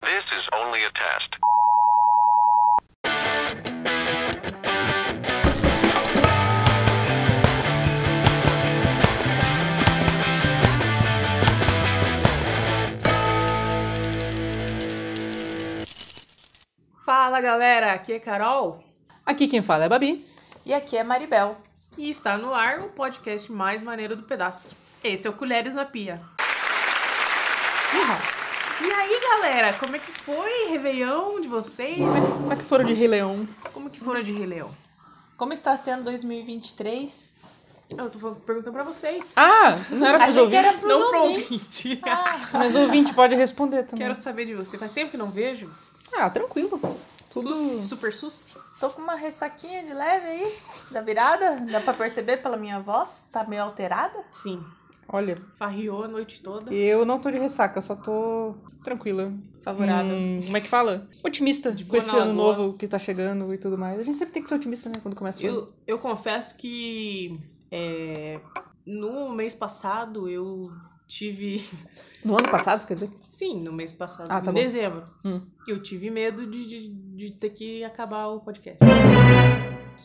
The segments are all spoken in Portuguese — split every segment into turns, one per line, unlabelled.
This is only a test.
Fala galera, aqui é Carol
Aqui quem fala é Babi.
E aqui é Maribel.
e está no ar o podcast mais maneiro do pedaço. Esse é o Colheres na Pia. Uhul. E aí galera, como é que foi Réveillon de vocês?
Como é que foram de Rei Leão?
Como que foram de Réveillon?
Como está sendo 2023?
Eu tô falando- perguntando pra vocês.
Ah, não era pros
Achei que era
ouvintes?
pros
não pro
ouvintes.
ouvinte.
Ah,
Mas o ouvinte pode responder também.
Quero saber de você. Faz tempo que não vejo.
Ah, tranquilo. Tudo...
Susto, super susto.
tô com uma ressaquinha de leve aí, da virada. Dá pra perceber pela minha voz? Tá meio alterada?
Sim.
Olha,
Farriou a noite toda.
eu não tô de ressaca, eu só tô tranquila.
Favorável.
Hum, como é que fala? Otimista com
boa
esse
na
ano
lagoa.
novo que tá chegando e tudo mais. A gente sempre tem que ser otimista, né? Quando começa o ano.
Eu, eu confesso que é, no mês passado eu tive
No ano passado, quer dizer?
Sim, no mês passado,
Ah, tá
em
bom.
dezembro.
Hum.
Eu tive medo de, de, de ter que acabar o podcast.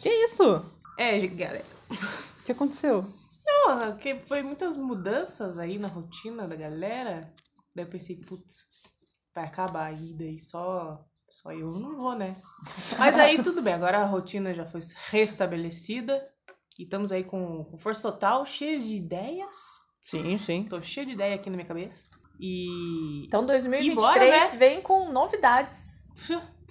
Que isso?
É, gente, galera.
O que aconteceu?
Não, que foi muitas mudanças aí na rotina da galera. Daí eu pensei, putz, vai acabar aí, daí só, só eu não vou, né? Mas aí tudo bem, agora a rotina já foi restabelecida. E estamos aí com, com força total, cheia de ideias.
Sim, sim.
Tô cheia de ideia aqui na minha cabeça. E.
Tá
Então 2023
Embora, né?
vem com novidades.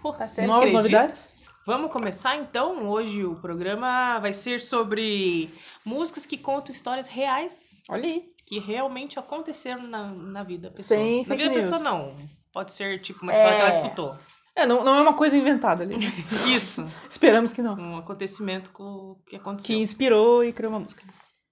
Pô,
Tá
você
certo.
Novas
acredita?
novidades?
Vamos começar então? Hoje o programa vai ser sobre músicas que contam histórias reais
Olha aí.
que realmente aconteceram na, na vida da pessoa.
Sem
na
fake
vida da
news.
pessoa, não. Pode ser tipo uma história que ela
É.
escutou.
É, não, não é uma coisa inventada ali.
Isso.
Esperamos que não.
Um acontecimento co- que
Que
aconteceu.
inspirou e criou uma música.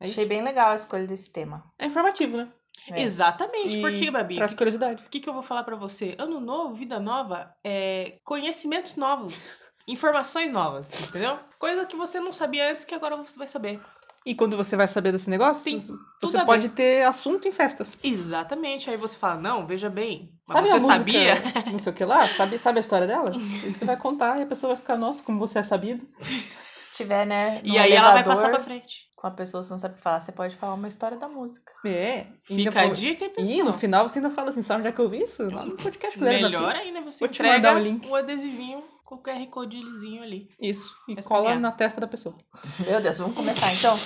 É isso?
Achei bem legal a escolha desse tema.
É informativo, né?
É.
Exatamente. Por quê, Babi?
Traz curiosidade.
O que, que eu vou falar pra você? Ano novo, vida nova, é conhecimentos novos. Informações novas, entendeu? Coisa que você não sabia antes que agora você vai saber.
E quando você vai saber desse negócio,
Sim, tudo a
você
ver.
pode ter assunto em festas.
Exatamente. Aí você fala, não, veja bem. Mas
sabe
você
a música,
sabia?
não sei o que lá? Sabe, sabe a história dela? E você vai contar e a pessoa vai ficar, nossa, como você é sabido.
Se tiver, né, num
E aí ela vai
elevador
passar pra frente.
com a pessoa que você não sabe falar, você pode falar uma história da música.
É. ainda
Fica a
pô-
dica e
E no
pessoal.
final você ainda fala assim, sabe onde é que eu vi isso? Lá no podcast Colheres da
Melhor
Pia.
ainda, você
Vou te
entrega
mandar o link.
o adesivinho com o QR Codezinho ali.
Isso. E
Essa
cola
minha.
na testa da pessoa.
Meu Deus, vamos começar então?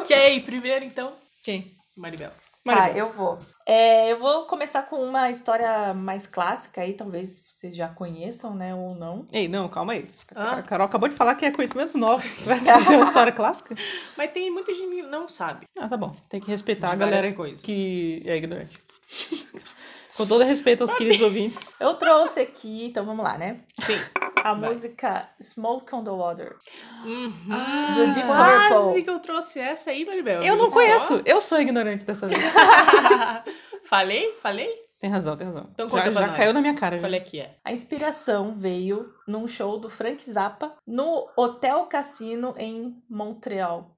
Ok, primeiro então,
Quem?
Maribel.
Tá,
Maribel.
eu vou. É, eu vou começar com uma história mais clássica aí, talvez vocês já conheçam, né, ou não.
Ei, não, calma aí.
Ah.
A Carol acabou de falar que é conhecimentos novos. Você vai trazer uma história clássica?
Mas tem muita gente que não sabe.
Ah, tá bom. Tem que respeitar
De
a
várias
galera
coisas.
que é ignorante. Com todo respeito
Tá
aos queridos ouvintes.
Eu trouxe aqui, então vamos lá, né?
Sim.
A
Vai.
música Smoke on the Water,
Uhum.
do Deep
Quase
Purple.
que eu trouxe essa aí, Maribel.
Ah. Eu não
Só-
conheço. Eu sou ignorante dessa vez.
falei? Falei?
Tem razão, tem razão.
Então conta
já
pra
já
nós.
caiu na minha cara. já.
Qual é que é?
A inspiração veio num show do Frank Zappa no Hotel Cassino em Montreal.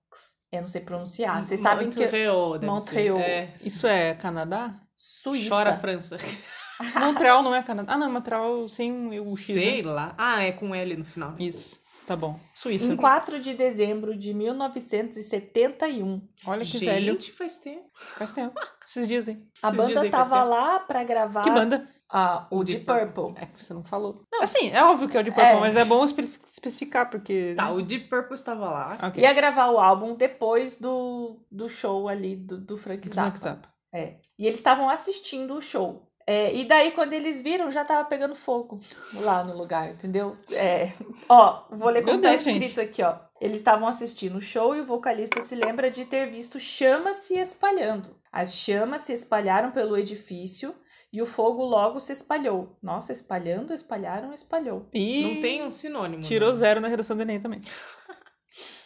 Eu não sei
Hum,
pronunciar. Ah, Vocês sabem que é
Montreal, deve
Montreal.
ser. É.
Isso é Canadá?
Suíça.
Chora França.
Montreal não é Canadá. Ah, não, Montreal sem
um
o X. né?
Sei lá. Ah, é com L no final.
Isso. Tá bom. Suíça.
Em 4 de dezembro de 1971,
Olha que
gente,
velho.
faz tempo.
Faz tempo. Vocês dizem.
a
Esses dias aí
banda
faz
tava
tempo.
lá pra gravar
Que banda?
ah, o
Deep
Deep Purple.
É que você não falou. Assim, é óbvio que é o de Purple,
É.
mas é bom espe- especificar, porque. né?
Tá, o Deep Purple estava lá.
Ok.
Ia gravar o álbum depois do, do show ali do, do Frank
Do
Zappa.
Frank Zappa.
É. E eles estavam assistindo o show. É, e daí, quando eles viram, já tava pegando fogo lá no lugar, entendeu? É, ó, vou ler como
Meu
tá
Deus,
escrito aqui, ó. Eles estavam assistindo o show e o vocalista se lembra de ter visto chamas se espalhando. As chamas se espalharam pelo edifício e o fogo logo se espalhou. Nossa, espalhando, espalharam, espalhou.
E
Não tem um sinônimo.
tirou
né?
zero na redação do Enem também.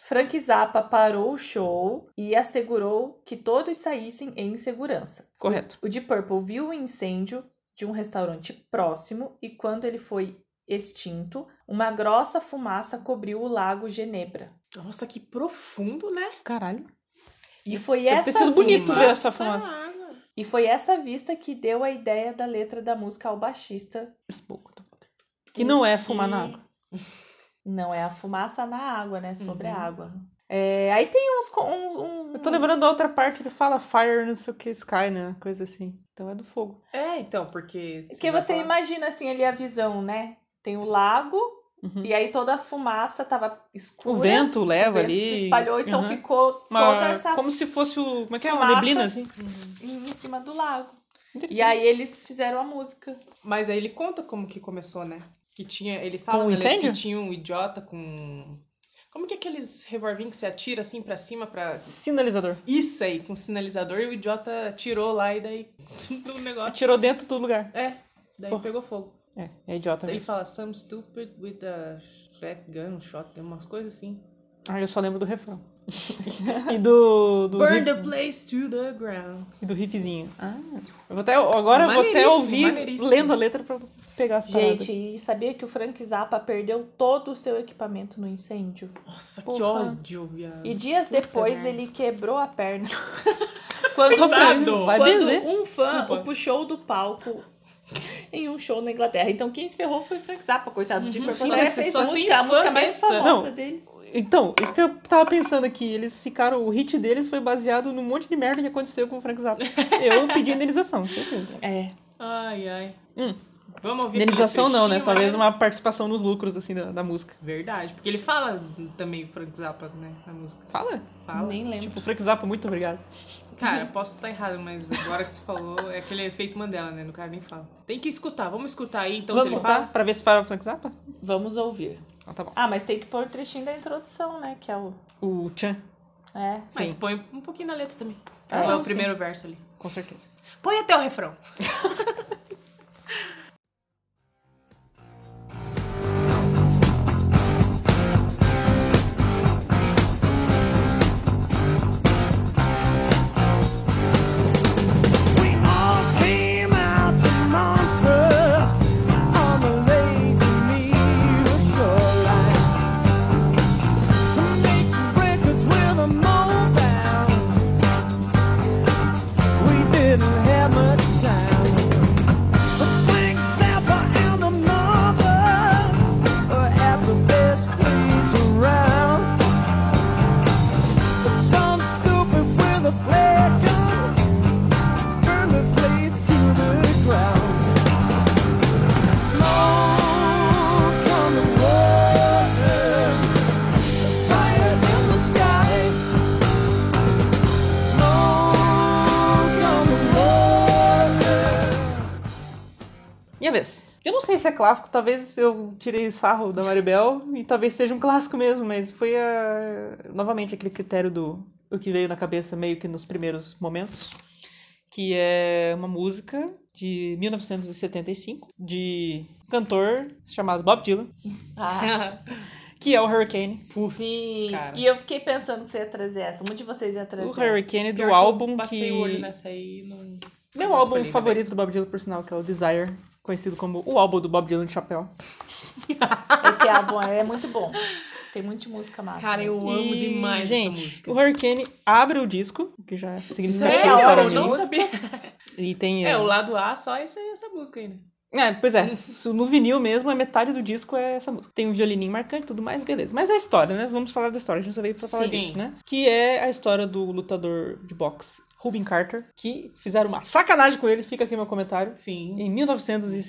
Frank Zappa parou o show e assegurou que todos saíssem em segurança.
Correto.
O Deep Purple viu o incêndio de um restaurante próximo e quando ele foi extinto, uma grossa fumaça cobriu o lago Genebra.
Nossa, que profundo, né?
Caralho.
E
Isso
foi
deve ter
essa
sido bonito
fumaça-
ver essa
Nossa,
fumaça.
água.
E foi essa vista que deu a ideia da letra da música ao baixista.
Spook do poder. tá Que não é
Esse-
fumar na água.
Não é a fumaça na água, né? Sobre a
Uhum.
água. É, aí tem uns. co- uns um,
Eu tô lembrando da outra parte, ele fala fire, não sei o que, sky, né? Coisa assim. Então é do fogo.
É, então, porque. se
Porque
vai
você
falar-
imagina assim ali a visão, né? Tem o lago
Uhum.
e aí toda a fumaça tava
O
escura.
vento
o
leva
vento
ali. uhum.
se espalhou, então
Aham.
ficou
Uma-
toda essa
Como se fosse o. Como é que é? Uma
fumaça.
neblina, assim.
em cima do lago. E
Interessante.
aí eles fizeram a música.
Mas aí ele conta como que começou, né? Que tinha. Ele fala
Com um
né,
incêndio?
que tinha um idiota com. Como que é aqueles revolvinhos que você atira assim pra cima pra.
Sinalizador.
Isso aí, com sinalizador, e o idiota tirou lá e daí do negócio.
Tirou dentro do lugar.
É, daí
Pô.
pegou fogo.
É, é idiota
Daí ele
mesmo.
fala, some stupid with a shotgun, shotgun, umas coisas assim.
Ah, eu só lembro do refrão. e do. do
Burn
riff-
the place to the ground.
e do riffzinho.
Ah.
Eu vou até, agora eu vou até
Maneiríssimo,
ouvir
maneiríssimo.
lendo a letra pra pegar as paradas.
Gente, e sabia que o Frank Zappa perdeu todo o seu equipamento no incêndio?
Nossa, que
Porra.
ódio, viado.
E dias depois
merda.
ele quebrou a perna. quando um
Coitado.
Vai
quando
benzer.
um fã
Desculpa.
o puxou do palco em um show na Inglaterra. Então quem se ferrou foi o Frank Zappa, coitado do Jim Purple.
Uhum. Sim,
Ele
mas
fez
só
a
tem
música, a
fã né?
música mais
besta.
famosa
Não.
deles.
Então, isso que eu tava pensando aqui. Eles ficaram. O hit deles foi baseado num monte de merda que aconteceu com o Frank Zappa. Eu pedi indenização, certeza.
É.
Ai, ai.
Hum.
Vamos ouvir
Indenização
aquele
não, né?
trechinho,
Talvez
mas- é
uma participação nos lucros, assim, da, da música.
Verdade, porque ele fala também Frank Zappa, né, na música.
Fala?
Fala.
Nem lembro.
Tipo, Frank Zappa, muito obrigado. Então,
Cara, posso estar errado, mas agora que você falou, é aquele efeito Mandela, né? No cara nem fala. Tem que escutar, vamos escutar aí então
Vamos
se ele
voltar
fala.
pra ver se para o Frank Zappa?
Vamos ouvir.
Ah, tá bom.
Ah, mas tem que pôr o trechinho da introdução, né? Que é o.
O Chan,
É.
Mas
Sim.
põe um pouquinho na letra também.
Ah,
é o
sim.
primeiro verso ali.
com certeza.
Põe até o refrão.
We all came out to Monster on the lake to meet a shoreline to make records with a mobile. We didn't have much time. The Frank Zappa and the Mobbers are at the best place around. But some stupid with a flare gun burn the place to the ground. Smoke on the water, fire in the sky. Smoke on the water.
Minha vez. Eu não sei se é clássico, talvez eu tirei sarro da Maribel e talvez seja um clássico mesmo, mas foi a... novamente aquele critério do o que veio na cabeça meio que nos primeiros momentos, que é uma música de 1975 de um cantor chamado Bob Dylan,
é
Ah,
que é o Hurricane. Putz,
sim.
cara.
E eu fiquei pensando que você ia trazer essa. Um de vocês ia trazer.
O
essa.
Pior
Hurricane do
que eu
álbum
Passei o olho
que
nessa aí e não.
Meu
não
álbum
escolhi
favorito do Bob Dylan, por sinal, que é o Desire, conhecido como o álbum do Bob Dylan de chapéu.
Esse álbum é muito bom. Tem muita música massa.
Cara, eu
mesmo.
amo
E,
demais essa
gente,
música.
o Hurricane abre o disco, que já é significativo
Sério?
para
eu
mim.
não sabia.
E tem...
É, o lado A só essa, essa música aí, né?
É, pois é, isso no vinil mesmo, a metade do disco é essa música. Tem um violininho marcante e tudo mais, beleza. Mas é a história, né? Vamos falar da história, a gente só veio pra falar
Sim.
disso, né? Que é a história do lutador de boxe Rubin Carter, que fizeram uma sacanagem com ele, fica aqui meu comentário.
Sim.
Em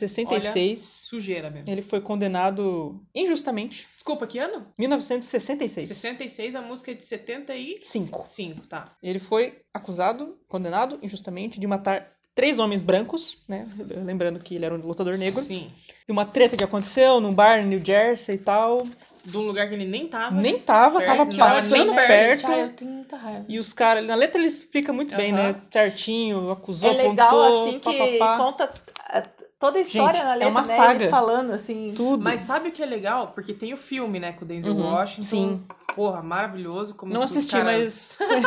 1966,
Sujeira mesmo.
ele foi condenado injustamente.
Desculpa, que ano?
1966.
66, a música é de 75.
Cinco.
Cinco, tá.
Ele foi acusado, condenado injustamente, de matar três homens brancos, né? Lembrando que ele era um lutador negro.
Sim.
E uma treta que aconteceu num bar em New Jersey e tal.
De um lugar que ele nem tava. né?
Nem tava,
Perto,
tava
não,
passando
nem perto.
perto.
Ah, eu tenho muita raiva.
E os caras, na letra ele explica muito bem,
Aham.
né? Certinho, acusou,
É legal,
apontou,
assim, que
papapá,
conta a- toda a história
Gente,
na
é
letra,
uma
né?
saga.
Ele falando, assim...
tudo.
Mas sabe o que é legal? Porque tem o filme, né, com o Denzel Washington.
sim.
Porra, maravilhoso. Como
Não
que os
assisti,
caras-
mas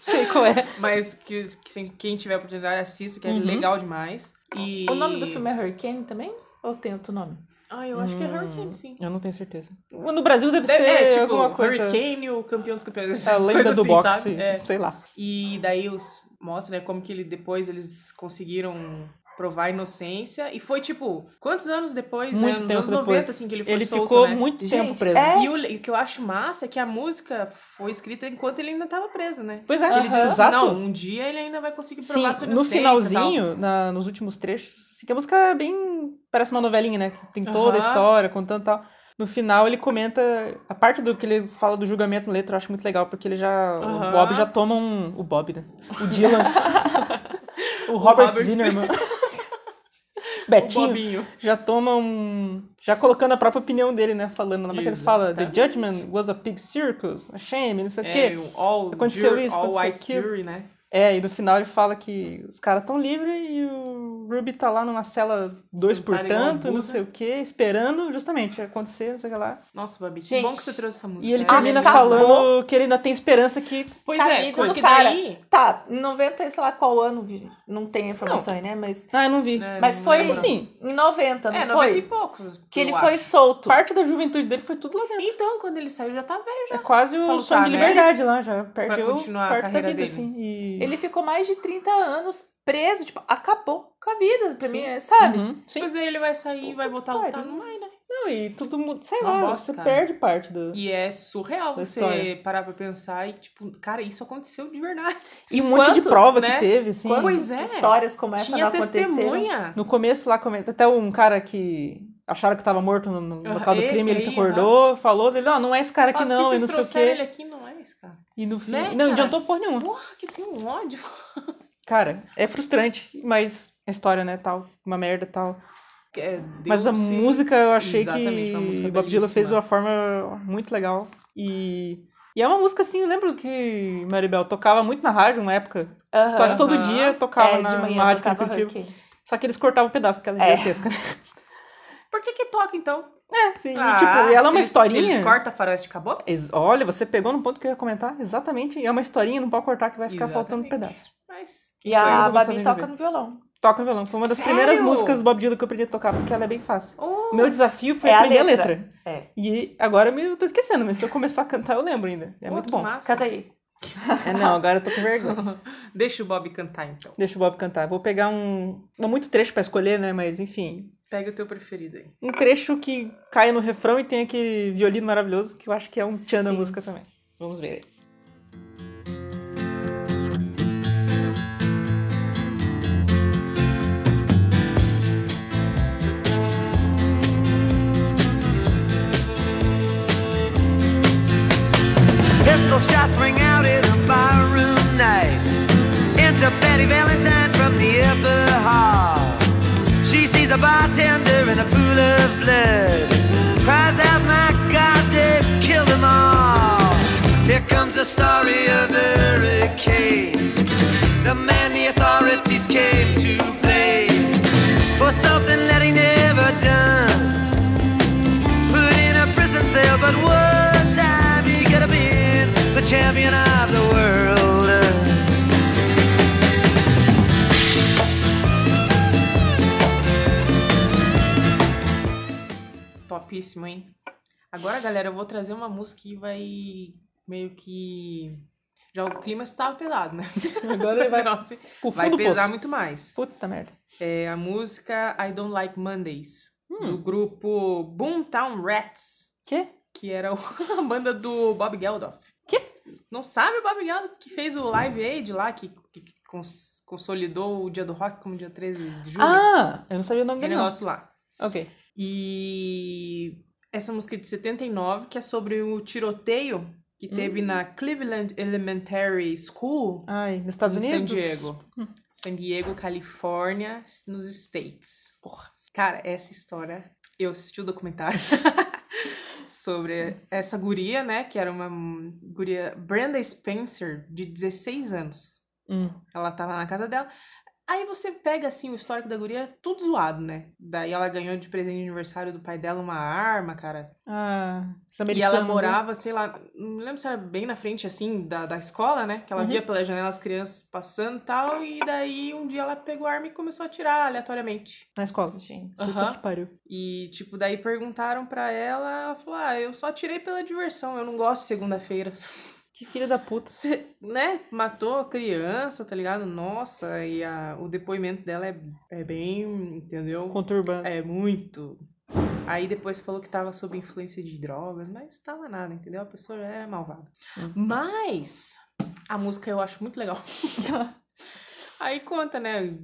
Sei qual é.
Mas que, que sem- quem tiver oportunidade, assista, que é
Uhum.
legal demais. E...
O nome do filme é Hurricane também? Ou tem outro nome?
Ah, eu acho que é Hurricane, sim.
Eu não tenho certeza. No Brasil deve
Deve,
ser
é, tipo,
alguma coisa. É
Hurricane, o campeão dos campeões.
A
essas
lenda
coisas
do
assim,
boxe,
sabe? É.
sei lá.
E daí os- mostra, né, como que ele, depois eles conseguiram provar a inocência. E foi, tipo, quantos anos depois, né?
muito
Nos
tempo
anos 90,
depois.
assim, que ele foi
Ele
solto,
ficou
né?
muito
Gente,
tempo preso.
é.
E o, le- e o que eu acho massa é que a música foi escrita enquanto ele ainda tava preso, né?
Pois é,
Que ele
aham.
diz,
exato.
não, um dia ele ainda vai conseguir
Sim,
provar sua
no
inocência e tal."
finalzinho, na- nos últimos trechos, assim, que a música é bem. Parece uma novelinha, né? Tem toda a
Aham.
história, contando e tal. No final ele comenta. A parte do que ele fala do julgamento no letra eu acho muito legal, porque ele já. O
Aham.
Bob já toma um. O Bob, né? O Dylan. o Robert,
Robert
Zinnerman.
O
Betinho
Bobinho.
já toma um. Já colocando a própria opinião dele, né? Falando. Lembra que ele fala: The
Exatamente.
judgment was a big circus, a shame, não sei o
É,
quê.
um all
Aconteceu
jury-
isso,
all
aconteceu
white
aquilo.
jury, né?
É, e no final ele fala que os caras estão livres e o Ruby tá lá numa cela dois por
Sentado igual uma
tanto, não
Buda.
sei o quê, esperando justamente acontecer, não sei o que lá.
Nossa, Babi, que
Gente,
bom que você trouxe essa música.
E ele
né?
termina
tá
falando
bom.
que ele ainda tem esperança que.
Pois
Tá
é,
vindo
coisa
do
que
cara.
daí...
Tá, em 90, e sei lá qual ano, vi- não tem informação aí, né? Mas,
Ah, eu não vi.
É,
mas
não
foi
Mas
lembro.
assim,
em 90, não
É, 90 e
foi?
poucos.
Que ele
eu
foi
acho.
solto.
parte da juventude dele foi tudo lá dentro.
Então, quando ele saiu, já tá velho,
É
já.
quase o
Pra lutar,
sonho de
né?
liberdade lá, já perdeu parte
continuar a
da vida,
carreira dele.
assim. E...
Ele ficou mais de 30 anos preso, tipo, acabou com a vida, pra mim, é, sabe?
Uhum, sim.
Depois daí ele vai sair, vai voltar a lutar,
pariu.
não vai, né?
Não, e todo mundo. Sei
Uma
lá,
bosta,
você
cara.
perde parte do.
E é surreal
Da
você
história.
parar pra pensar e, tipo, cara, isso aconteceu de verdade.
E um monte de
Quantos,
prova
né?
que teve, assim.
Quantos
Quantas
Pois é.
histórias como essa não
Tinha
né?
aconteceram?
testemunha.
No começo lá, comenta- até um cara que acharam que tava morto no, no
Aham,
local do
esse
crime, ele
aí,
acordou, falou dele, ó, não é esse cara aqui
Ah,
não,
porque
e não
vocês
sei o
trouxeram
quê.
ele aqui, não é esse cara.
E no fim,
Né,
não
cara?
adiantou porra nenhuma.
Porra, que tem um ódio.
Cara, é frustrante, mas a história, né, tal, uma merda, tal.
É,
mas a
Deus sei.
música eu achei
Exatamente, uma
que
música
o Bob Dylan fez de
belíssima.
uma forma muito legal. E, e é uma música assim, eu lembro que Maribel tocava muito na rádio uma época.
Aham.
Quase todo
Aham.
dia tocava
É,
na,
de manhã
né? na rádio
tocava
Curitiba.
Hurricane.
Só que eles cortavam um pedaço, porque ela é
É.
gigantesca.
Por que que toca, então?
É, sim.
Ah,
e, tipo, e ela é uma
eles-
historinha.
Eles cortam a faroeste, acabou?
Ex- Olha, você pegou num ponto que eu ia comentar. Exatamente. E é uma historinha, não pode cortar que vai ficar faltando um
Exatamente.
pedaço.
Mas...
E
Isso aí, eu
a
vou gostar
Babi
de
toca
ver.
no violão.
Toca no violão. Foi uma das
Sério?
primeiras músicas do Bob Dylan que eu aprendi a tocar, porque ela é bem fácil.
Oh,
O meu desafio foi
É a
aprender a letra.
letra. É.
E agora eu me- eu tô esquecendo, mas se eu começar a cantar, eu lembro ainda. É
pô,
muito
oh, que
bom.
massa.
Canta aí.
É, não, agora eu tô com vergonha.
Deixa o Bob cantar, então.
Deixa o Bob cantar. Vou pegar um. Não muito trecho pra escolher, né? Mas enfim.
Pega o teu preferido aí.
Um trecho que caia no refrão e tem aquele violino maravilhoso, que eu acho que é um tchan da
Sim.
música também. Vamos ver.
Pistol shots ring out in a barroom night. Enter Betty Valentine from the upper hall. She sees a bartender in a pool of blood. Cries out, my God, they killed them all. Here comes the story of the hurricane. The man the authorities came to blame for something that he never done put in a prison cell, but one time he could have been the champion of the world.
Topíssimo, hein? Agora, galera, eu vou trazer uma música que vai meio que. Já o clima estava pesado, né?
Agora ele vai
Nossa,
pro fundo
vai
do
pesar
poço.
muito mais.
Puta merda.
É a música I Don't Like Mondays, do grupo Boomtown Rats,
Hum. Quê?
que era o- a banda do Bob Geldof.
Quê?
Não sabe o Bob Geldof que fez o Live Aid lá, que, que- que cons- consolidou o dia do rock como dia 13 de julho?
Ah, eu não sabia o nome
Aquele
dele, não.
negócio lá.
Ok.
E essa música é de 79, que é sobre o tiroteio que teve
Hum.
na Cleveland Elementary School,
Ai, nos Estados
em
Unidos?
San Diego. San Diego, Califórnia, nos States. Porra. Cara, essa história, eu assisti o documentário sobre essa guria, né? Que era uma guria, Brenda Spencer, de 16 anos.
Hum.
Ela tava na casa dela. Aí você pega, assim, o histórico da guria, tudo zoado, né? Daí ela ganhou de presente de aniversário do pai dela uma arma, cara.
Ah, esse
E ela
americano.
morava, sei lá, não lembro se era bem na frente, assim, da, da escola, né? Que ela via pela janela as crianças passando e tal. E daí um dia ela pegou a arma e começou a atirar aleatoriamente.
Na escola.
Gente.
Puta que pariu.
E, tipo, daí perguntaram pra ela, ela falou, ah, eu só tirei pela diversão, eu não gosto de segunda-feira.
Que filha da puta.
Você, né, matou a criança, tá ligado? Nossa, e a, o depoimento dela é, é bem, entendeu?
Conturbando.
É muito. Aí depois falou que tava sob influência de drogas, mas tava nada, entendeu? A pessoa já era malvada.
Uhum.
Mas a música eu acho muito legal. Aí conta, né?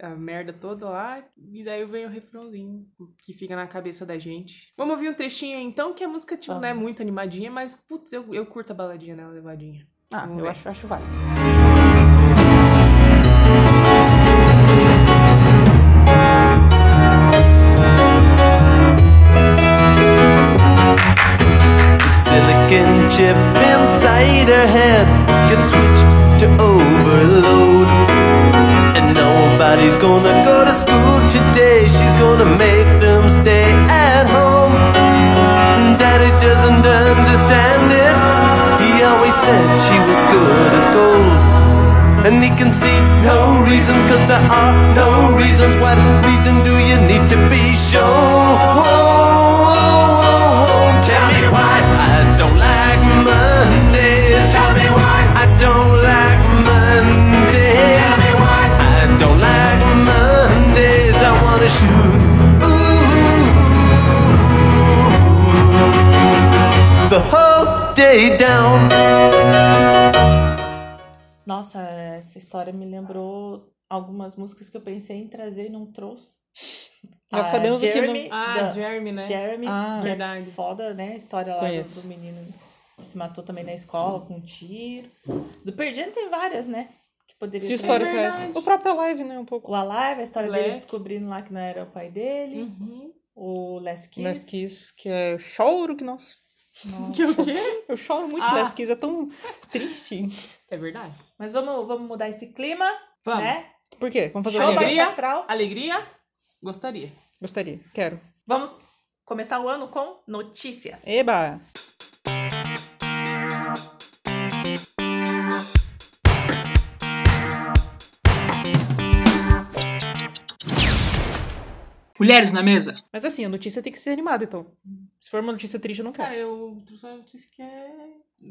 A merda toda lá, e daí vem o refrãozinho que fica na cabeça da gente. Vamos ouvir um trechinho aí, então, que a música, tipo, não é muito animadinha, mas putz, eu, eu curto a baladinha dela, levadinha.
Ah,
Vamos
eu
ver.
acho, acho válido.
silicon chip inside her head gets switched to overload. And nobody's gonna go to school today, she's gonna make them stay at home. Daddy doesn't understand it, he always said she was good as gold. And he can see no reasons, cause there are no reasons. What reason do you need to be shown? Tell me why I don't like Mondays. Tell me why I don't like Mondays. Tell me why I don't like Mondays. I wanna shoot. Ooh. The whole day down.
Nossa, essa história me lembrou algumas músicas que eu pensei em trazer e não trouxe.
Já
A
sabemos o que não-
Jeremy,
Ah,
da-
Jeremy, né?
Jeremy,
Ah,
que
verdade.
é foda, né? A história lá do,
Conheço.
do menino que se matou também na escola com um tiro. Do Perdido tem várias, né? Que poderia
De
ter.
histórias
verdade.
reais. O próprio live, né? Um pouco.
O Alive, a história
Black.
dele descobrindo lá que não era o pai dele.
Uhum.
O Last Kiss.
Last Kiss, que é eu choro que nossa.
Que o quê?
Eu choro muito
Ah.
Last Kiss, é tão triste.
É verdade.
Mas vamos, vamos mudar esse clima,
Vamos.
né?
Por quê? Vamos fazer
Show
o quê?
baixo
Alegria?
astral.
Alegria? Gostaria.
Gostaria, quero.
Vamos começar o ano com notícias.
Eba!
Mulheres na mesa.
Mas assim, a notícia tem que ser animada, então. Se for uma notícia triste, eu não
Cara,
quero.
eu trouxe uma notícia que é.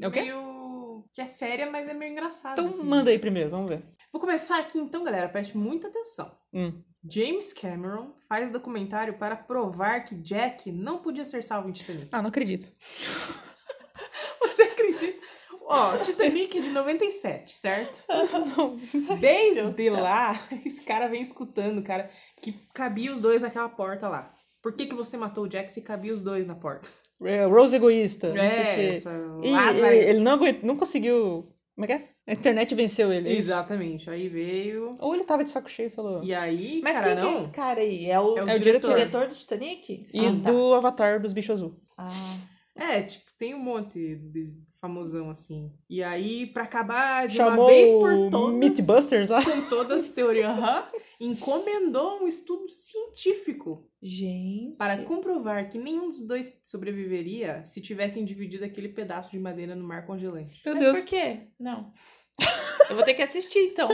É o quê?
Meio... Que é séria, mas é meio engraçada.
Então
assim.
manda aí primeiro, vamos ver.
Vou começar aqui então, galera. Preste muita atenção.
Hum.
James Cameron faz documentário para provar que Jack não podia ser salvo em Titanic.
Ah, não acredito.
Você acredita? Ó, Titanic é de 97, certo? Desde lá, esse cara vem escutando, cara, que cabia os dois naquela porta lá. Por que, que você matou o Jack se cabia os dois na porta?
É, Rose egoísta, não
É,
sei o quê.
essa
E,
Lázaro.
e- ele não, aguent- não conseguiu... Como é que é? A internet venceu ele. é isso?
Exatamente. Aí veio.
Ou ele tava de saco cheio e falou...
E aí,
Mas
cara,
quem que
não.
é esse cara aí? É o,
É o
É o diretor.
diretor do Titanic?
E
Ah, tá.
do Avatar dos Bichos Azul.
Ah,
É, tipo, tem um monte de famosão assim. E aí, pra acabar de
Chamou
uma vez por
o
todas,
Mythbusters lá.
com todas as teorias, aham, encomendou um estudo científico
gente.
para comprovar que nenhum dos dois sobreviveria se tivessem dividido aquele pedaço de madeira no mar congelante.
Meu
Mas
Deus.
por quê? Não. Eu vou ter que assistir, então.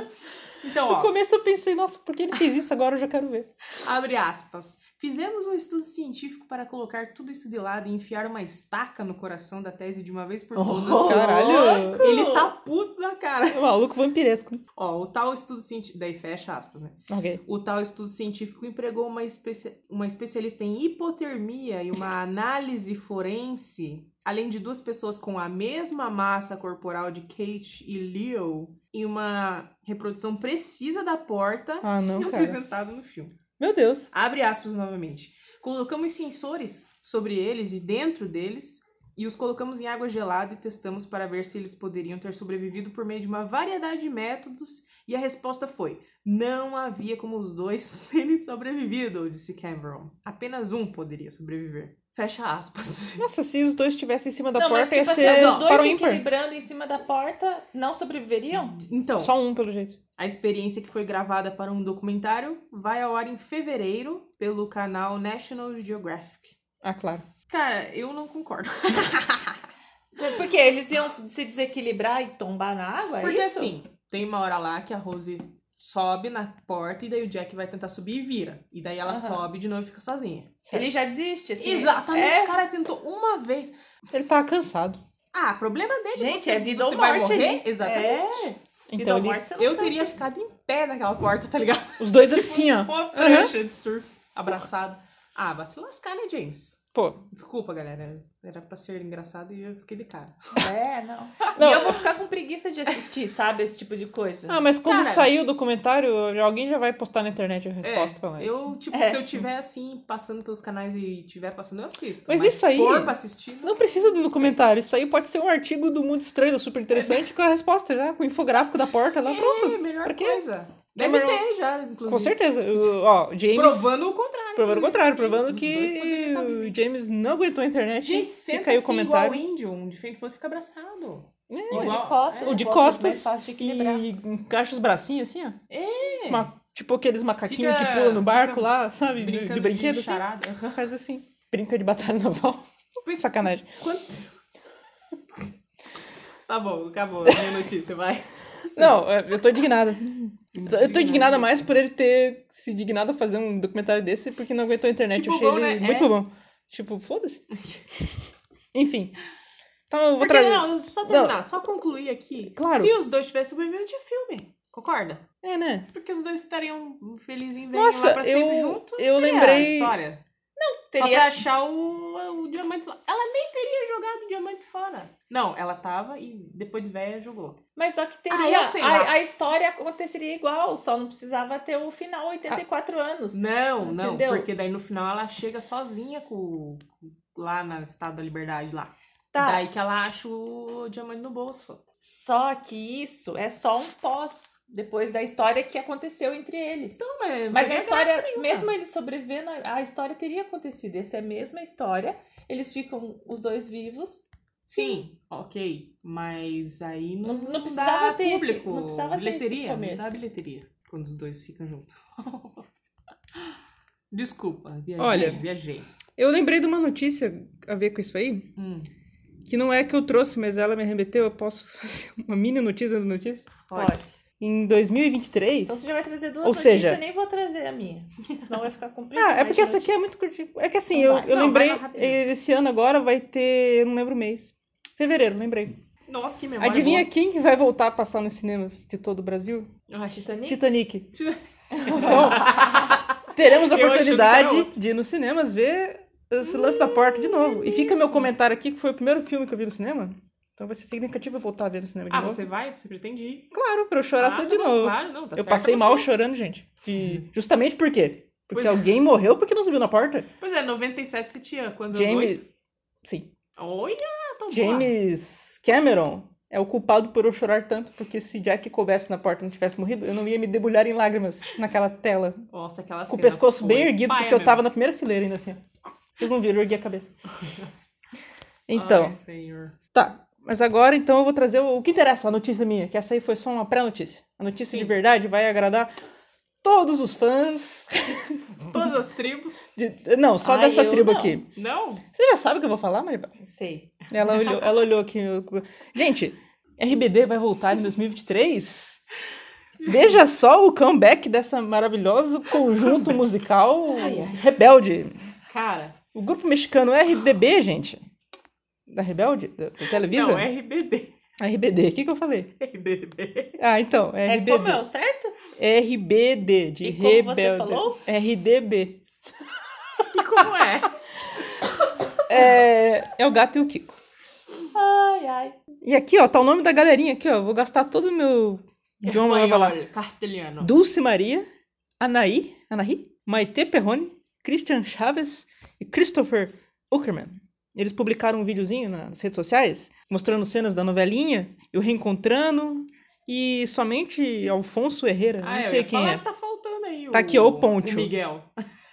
Então,
No
ó,
começo eu pensei, nossa, por que ele fez isso? Agora eu já quero ver.
abre aspas. Fizemos um estudo científico para colocar tudo isso de lado e enfiar uma estaca no coração da tese de uma vez por todas.
Oh,
Caralho.
louco!
Ele tá puto da cara.
É um maluco vampiresco. né?
Ó, o tal estudo científico. Daí fecha aspas, né?
Ok.
O tal estudo científico empregou uma, especia- uma especialista em hipotermia e uma análise forense, além de duas pessoas com a mesma massa corporal de Kate e Leo, e uma reprodução precisa da porta
Ah, não, cara.
apresentada no filme.
Meu Deus.
Abre aspas novamente. Colocamos sensores sobre eles e dentro deles e os colocamos em água gelada e testamos para ver se eles poderiam ter sobrevivido por meio de uma variedade de métodos e a resposta foi: não havia como os dois terem sobrevivido, disse Cameron. Apenas um poderia sobreviver. Fecha aspas.
Nossa, se os dois estivessem em cima da
não,
porta,
mas tipo
ia
assim,
ser
os dois
para o
se
ímpar.
equilibrando em cima da porta não sobreviveriam?
Então,
Só um, pelo jeito.
A experiência que foi gravada para um documentário vai ao ar em fevereiro pelo canal National Geographic.
Ah, claro.
Cara, eu não concordo.
Porque eles iam se desequilibrar e tombar na água? é
Porque
isso?
assim, tem uma hora lá que a Rose sobe na porta e daí o Jack vai tentar subir e vira. E daí ela
Aham.
sobe de novo e fica sozinha.
Ele já desiste, assim.
Exatamente,
É.
o cara tentou uma vez.
Ele tá cansado.
Ah, problema dele.
Gente,
você,
é vida
você
ou
vai
morte
morrer?
ali.
Exatamente.
Então
Vida ou
ele,
morte, você não
Eu
cansa.
teria ficado em pé naquela porta, tá ligado?
os dois assim, ó.
Uma prancha de surf abraçado. Ah, vai se lascar, né, James?
Pô,
Desculpa, galera. Era pra ser engraçado e eu fiquei de cara.
É, não.
Não.
E eu vou ficar com preguiça de assistir, sabe? Esse tipo de coisa.
ah, mas
Cara.
quando sair o documentário, alguém já vai postar na internet a resposta pra nós.
Eu, tipo,
É.
se eu tiver assim, passando pelos canais e tiver passando, eu assisto.
Mas isso aí-
Por pra assistir.
Não precisa do documentário, isso aí pode ser um artigo do Mundo Estranho, do super interessante, com a resposta já, com o infográfico da porta lá, pronto.
É, melhor
Pra quê?
coisa. Deve
melhor-
ter já, inclusive.
Com certeza. O- ó, James.
Provando o contrário.
Provando o contrário, provando
Os dois poderiam
que
estar
o James não aguentou a internet.
Gente,
e
senta
caiu
assim
o comentário.
igual índio, um de frente pro outro fica abraçado.
É,
Ou
igual,
de costas.
o de
um pouco Mais
costas
fácil de equilibrar.
e encaixa os bracinhos assim, ó. É. tipo aqueles macaquinhos
Fica-
que pulam no barco
fica
lá, sabe? De,
brincando
de brinquedo.
de
assim.
charada. Aham.
Faz assim. Brinca de batalha naval. Sacanagem.
é. Quanto... tá bom, acabou a minha notícia, vai.
Não, é, eu tô indignada. Eu tô indignada mais por ele ter se dignado a fazer um documentário desse porque não aguentou a internet.
Que
eu achei
bobão,
ele
né?
muito
É.
bobão. Tipo, foda-se. Enfim. Então eu vou
Porque,
trazer.
não, só terminar, só concluir aqui.
Claro.
Se os dois tivessem sobrevivido, tinha filme. Concorda?
É, né?
Porque os dois estariam felizes em
Nossa,
lá pra sempre
eu-
junto.
eu
e a
lembrei-
história. Só
Teria-
pra achar o, o diamante lá. Ela nem teria jogado o diamante fora. Não, ela tava e depois de velha jogou.
Mas só que
Ah,
teria.
eu
assim,
sei lá.
a, a história aconteceria igual, só não precisava ter o final 84 anos.
Não, não,
Entendeu?
porque daí no final ela chega sozinha com, com- lá na Estado da Liberdade lá.
Tá.
Daí que ela acha o diamante no bolso.
Só que isso é só um pós, depois da história que aconteceu entre eles.
Não, mas,
Mas
não
a
é graça
história,
nenhuma.
mesmo eles sobrevivendo, a a história teria acontecido. Essa é a mesma história. Eles ficam os dois vivos.
Sim, ok. Mas aí não,
Não- não precisava
dá
ter esse-
público.
não precisava ter esse
bilheteria,
começo.
Não dá bilheteria quando os dois ficam juntos. Desculpa, viajei.
Olha.
viajei.
Eu lembrei de uma notícia a ver com isso aí.
Hum,
Que não é que eu trouxe, mas ela me arremeteu. Eu posso fazer uma mini notícia da notícia?
pode.
Em
Então você
2023.
já vai trazer duas
Ou
notícias,
seja-
eu nem vou trazer a minha. Senão vai ficar complicado. né,
Ah, é porque essa aqui é muito curtinha. É que assim,
Então
eu,
vai.
eu
Não,
lembrei. eh,
vai lá rapidinho.
Esse ano agora vai ter. Eu não lembro o mês. Fevereiro, lembrei.
Nossa, que memória.
Adivinha quem que vai voltar a passar nos cinemas de todo o Brasil?
boa. Ai,
Ah, Titanic?
Titanic.
Titanic.
Então, teremos a
Eu achando que era
oportunidade de ir nos cinemas ver esse lance da porta de novo. E fica meu comentário aqui, que foi o primeiro filme que eu vi no cinema. Então vai ser significativo eu voltar a ver no cinema de
Ah,
novo.
você vai? Você pretende ir?
Claro, pra eu chorar
Ah,
tudo
tá
de
bom,
novo.
Claro, não, tá
eu
certo
passei
você.
mal chorando, gente. De- Justamente por quê? Porque
Pois é.
alguém morreu porque não subiu na porta.
Pois é, 97 você tinha quando eu
James.
oito.
Sim.
Olha, tá tão boa.
James Cameron é o culpado por eu chorar tanto, porque se Jack coubesse na porta e não tivesse morrido, eu não ia me debulhar em lágrimas naquela tela.
Nossa, aquela
Com o
cena
pescoço
foi
bem erguido,
paia
porque eu
mesmo.
tava na primeira fileira ainda assim. ó. Vocês não viram, eu ergui a cabeça. Então,
Ai, senhor.
tá. Mas agora, então, eu vou trazer o o que interessa, a notícia minha, que essa aí foi só uma pré-notícia. A notícia de verdade vai agradar todos os fãs.
Todas as tribos?
de- Não, só
Ai,
dessa
eu
tribo
não.
aqui.
Não?
Você já sabe o que eu vou falar, Maribel?
Não sei.
Ela olhou, ela olhou aqui. eu- Gente, RBD vai voltar em 2023? Veja só o comeback dessa maravilhoso conjunto musical Rebelde.
Cara,
O grupo mexicano RDB, gente. Da Rebelde? Da, da Televisa?
não, RBD.
RBD, o que, que eu falei?
RBD.
Ah, então, é
É
RBD.
como eu, certo?
RBD, de
E como
Rebelde.
você falou?
RDB.
E como é?
É, é o gato e o Kiko.
Ai, ai.
E aqui, ó, tá o nome da galerinha aqui, ó. Vou gastar todo o meu idioma vai falar.
Espanhol, Castelhano.
Dulce Maria, Anaí, Anaí, Maite Perrone, Christian Chaves e Christopher Uckerman. Eles publicaram um videozinho nas redes sociais mostrando cenas da novelinha, eu reencontrando e somente Alfonso Herrera,
Ah,
não
eu
sei
ia
quem
falar
é.
que Tá faltando aí
Tá aqui, ó, o Ponte.
O Miguel.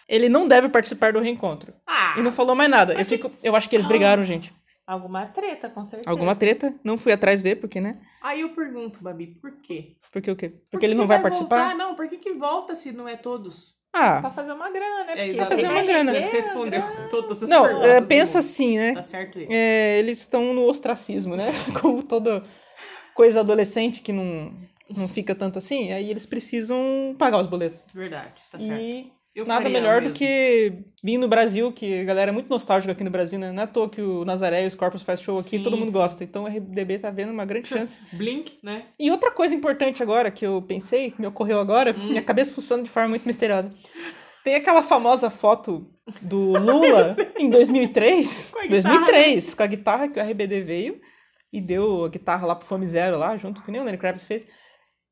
Ele não deve participar do reencontro.
Ah,
E não falou mais nada. Eu, fico, eu acho que eles brigaram, gente.
Alguma treta, com certeza.
Alguma treta? Não fui atrás ver, porque, né?
Aí eu pergunto, Babi, por quê?
Porque o quê? Porque
Por que
ele não
que
vai, participar?
Voltar? Não, por que, que volta se não é todos?
Pra
Ah,
fazer uma grana, né?
É,
Porque
exato.
você
Fazer uma
vai
grana.
render a
Respondeu
grana.
todas as
não,
perguntas.
é,
do
pensa
mundo.
assim, né?
Tá certo ele.
É, eles estão no ostracismo, né? Como toda coisa adolescente que não, não fica tanto assim, aí eles precisam pagar os boletos.
Verdade, tá certo.
e
Eu
nada
faria
melhor
mesmo.
do que vir no Brasil, que a galera é muito nostálgica aqui no Brasil, né? Não é à toa que o Nazaré e os Corpus faz show aqui,
Sim,
todo mundo
sim.
gosta. Então o RDB tá vendo uma grande chance.
Blink, né?
E outra coisa importante agora que eu pensei, que me ocorreu agora,
Hum.
minha cabeça funciona de forma muito misteriosa. Tem aquela famosa foto do Lula em
Com a guitarra,
2003,
né?
2003, com a guitarra que o RBD veio e deu a guitarra lá pro Fome Zero lá, junto que nem o Lenny Kravitz fez.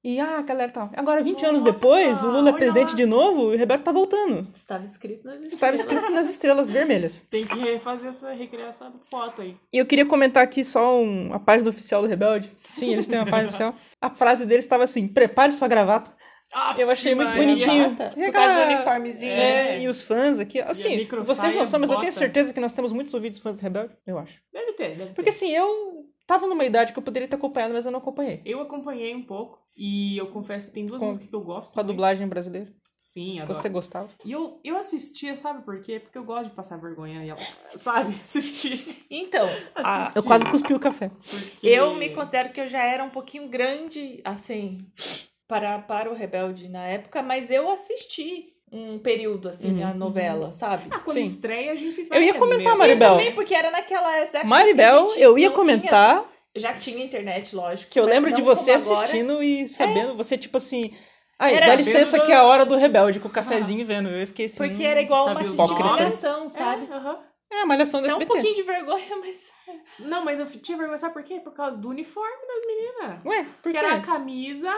E ah, a galera tá. Agora 20 anos
Nossa,
depois, o Lula é
olha
presidente
lá.
de novo e o Roberto tá voltando.
Estava escrito nas
Estava
estrelas.
escrito nas estrelas vermelhas.
Tem que refazer essa, recriar essa foto aí.
E eu queria comentar aqui só um- a página oficial do Rebelde. Sim, eles têm uma página oficial. A frase deles estava assim: "Prepare sua gravata".
Ah,
Eu achei muito
Maria.
bonitinho.
Gravata?
E
Por
aquela-
causa do uniformezinho.
É,
É.
e os fãs aqui.
E a
Assim,
micro
vocês não
saia,
são, mas eu tenho
bota.
certeza que nós temos muitos ouvidos fãs do Rebelde, eu acho.
Deve ter, deve ter.
Porque assim, eu tava numa idade que eu poderia ter acompanhado, mas eu não acompanhei.
Eu acompanhei um pouco e eu confesso que tem duas
Com-
músicas que eu gosto.
Com a
muito.
dublagem brasileira.
Sim, adoro.
Você gostava?
E eu, eu assistia, sabe por quê? Porque eu gosto de passar vergonha e ela, sabe? Assistir.
Então,
Ah,
Assistir.
eu quase cuspi o
É,
café.
Porque...
eu me considero que eu já era um pouquinho grande, assim, para, para o Rebelde na época, mas eu assisti um período, assim,
Uhum.
a novela, sabe?
Ah, quando
Sim.
estreia a gente vai
Eu ia
vendo
comentar,
mesmo.
Eu
Maribel.
também, porque era naquela época. assim,
Maribel, eu ia comentar
já tinha internet, lógico.
que eu
mas
lembro
não
de você
como agora. É.
assistindo e sabendo, você tipo assim. Ai,
Era
dá licença
vendo-
que é a hora do Rebelde,
Ah.
com o cafezinho e vendo. Eu fiquei assim.
Porque
hum,
era igual uma
sabe os
assistida de
nomes?
malhação, sabe?
É, aham.
É a malhação do
Dá um
SBT.
pouquinho de vergonha, mas.
Não, mas eu tinha vergonha, sabe por quê? Por causa do uniforme das meninas.
Ué, por
Porque
quê?
era a camisa,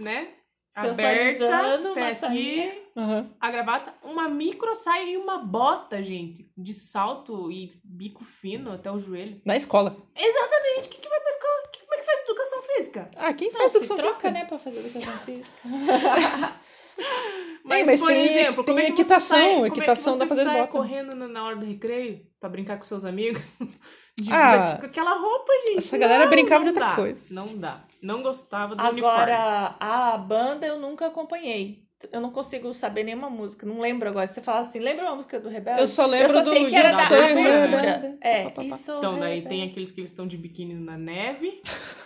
né? Aberta,
Sensualizando,
até
uma
aqui,
sainha.
Aham.
a gravata, uma micro saia e uma bota, gente, de salto e bico fino até o joelho.
Na escola.
Exatamente, quem que vai pra escola? Que- Como é que faz educação física?
Ah, quem
Não,
faz
se
educação
troca,
física?
né, pra fazer educação física.
É, mas tem equi- tem
como é que você
equitação,
sai- como é que
equitação
você
dá pra fazer
sai
bota.
correndo na- na hora do recreio pra brincar com seus amigos? De,
Ah.
com aquela roupa, gente.
Essa galera brincava de
não
outra
dá,
coisa.
Não dá. Não gostava do uniforme.
Agora, a banda eu nunca acompanhei. Eu não consigo saber nenhuma música, não lembro agora. Se Você fala assim, lembra uma música do Rebelde?
Eu só lembro
eu só
do
sei que era
You
da
Say
abertura.
Rebelde. Pá, pá,
É,
pá.
isso.
Então, daí tem aqueles que eles estão de biquíni na neve.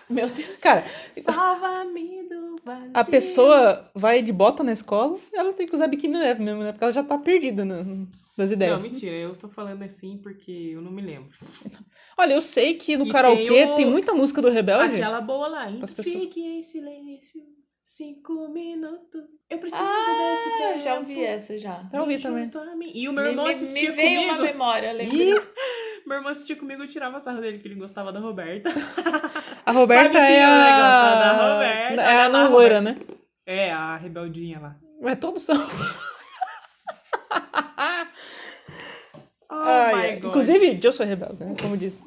Meu Deus.
Cara,
Salva-me do vazio.
Então, a pessoa vai de bota na escola, ela tem que usar biquíni neve mesmo, né? Porque ela já tá perdida na- nas ideias.
Não, mentira, eu tô falando assim porque eu não me lembro.
Olha, eu sei que no
E
karaokê
tem o-
tem muita música do Rebelde.
Aquela boa lá, hein?
As Tá pessoas-
Fique em silêncio. Cinco minutos. Eu preciso desse
Ah,
tempo.
já ouvi essa já.
Já ouvi
Vem
também.
junto a mim. E o meu
Me,
irmão
me-
assistia
me veio
comigo.
uma memória,
E
lembrei.
Meu irmão assistia comigo, eu tirava sarro dele, que ele gostava da Roberta.
a Roberta
Sabe assim, sim,
é
ela
a...
gosta da Roberta,
é
olha
a
lá,
não loira, né?
É, a rebeldinha lá.
Mas todos são.
Oh
Ai,
my
ai.
god.
Inclusive, eu sou rebelde, né? Como disse.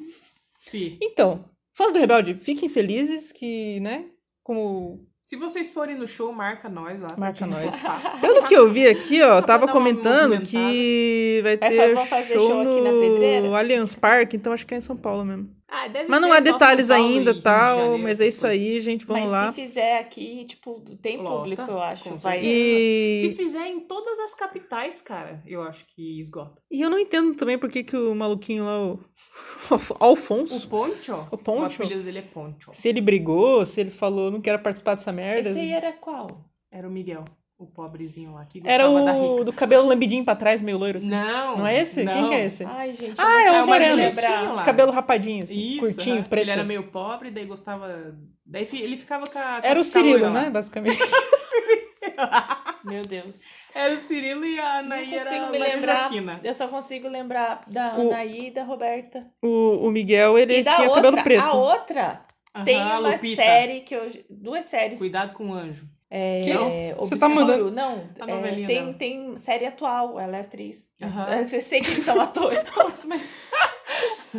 Sim.
Então, fãs do Rebelde, fiquem felizes que, né? Como
Se vocês forem no show, marca nós lá. pra
Marca
gente
nós.
postar.
Pelo que eu vi aqui, ó, tava
dar uma
comentando
movimentada.
que vai
Vai
ter
fa- vão fazer
show,
show aqui na
no
Pedreira?
Allianz Parque, então acho que é em São Paulo mesmo.
Ah, deve
Mas não
ser
há
só
detalhes
São Paulo e Rio
ainda,
de
tal,
Janeiro,
mas é
essas
isso
coisas.
aí, gente, vamos
Mas
lá.
se fizer aqui, tipo, tem
Lota,
público, eu acho.
com
Vai.
certeza. né? Se
E...
fizer em todas as capitais, cara, eu acho que esgota.
e eu não entendo também por que, que o maluquinho lá, o, o
O
Alfonso,
Poncho?
O Poncho?
O apelido dele é Poncho.
se ele brigou, se ele falou, não quero participar dessa merda.
Esse aí era qual?
Era o Miguel, o pobrezinho lá que
Era
gostava é da
o
rica.
do cabelo lambidinho pra trás, meio loiro. Assim.
Não.
Não é esse?
Não.
Quem que é esse?
Ai, gente.
Ah, é o amarelo.
Sei lá.
Cabelo rapadinho, assim,
Isso,
curtinho,
aham.
preto.
Ele era meio pobre, daí gostava. Daí fi- ele ficava com a. com
Era
a
o Cirilo,
loira lá.
né, basicamente.
Meu Deus.
Era o É Cirilo e a
Não
Anaí era
consigo
a
me
Maria
lembrar.
Joaquina.
Eu só consigo lembrar da
O-
Anaí e da Roberta.
O, o Miguel, ele
e da
tinha
outra,
cabelo preto.
a outra
Aham,
tem
a
uma
Lupita.
série que eu. Duas séries.
Cuidado com o anjo.
É,
Que?
é,
Você tá
Obscuro.
mandando-
Não,
Tá
é,
novelinha
tem,
dela.
tem série atual, ela é atriz.
Aham.
Eu sei que são atores todos, mas.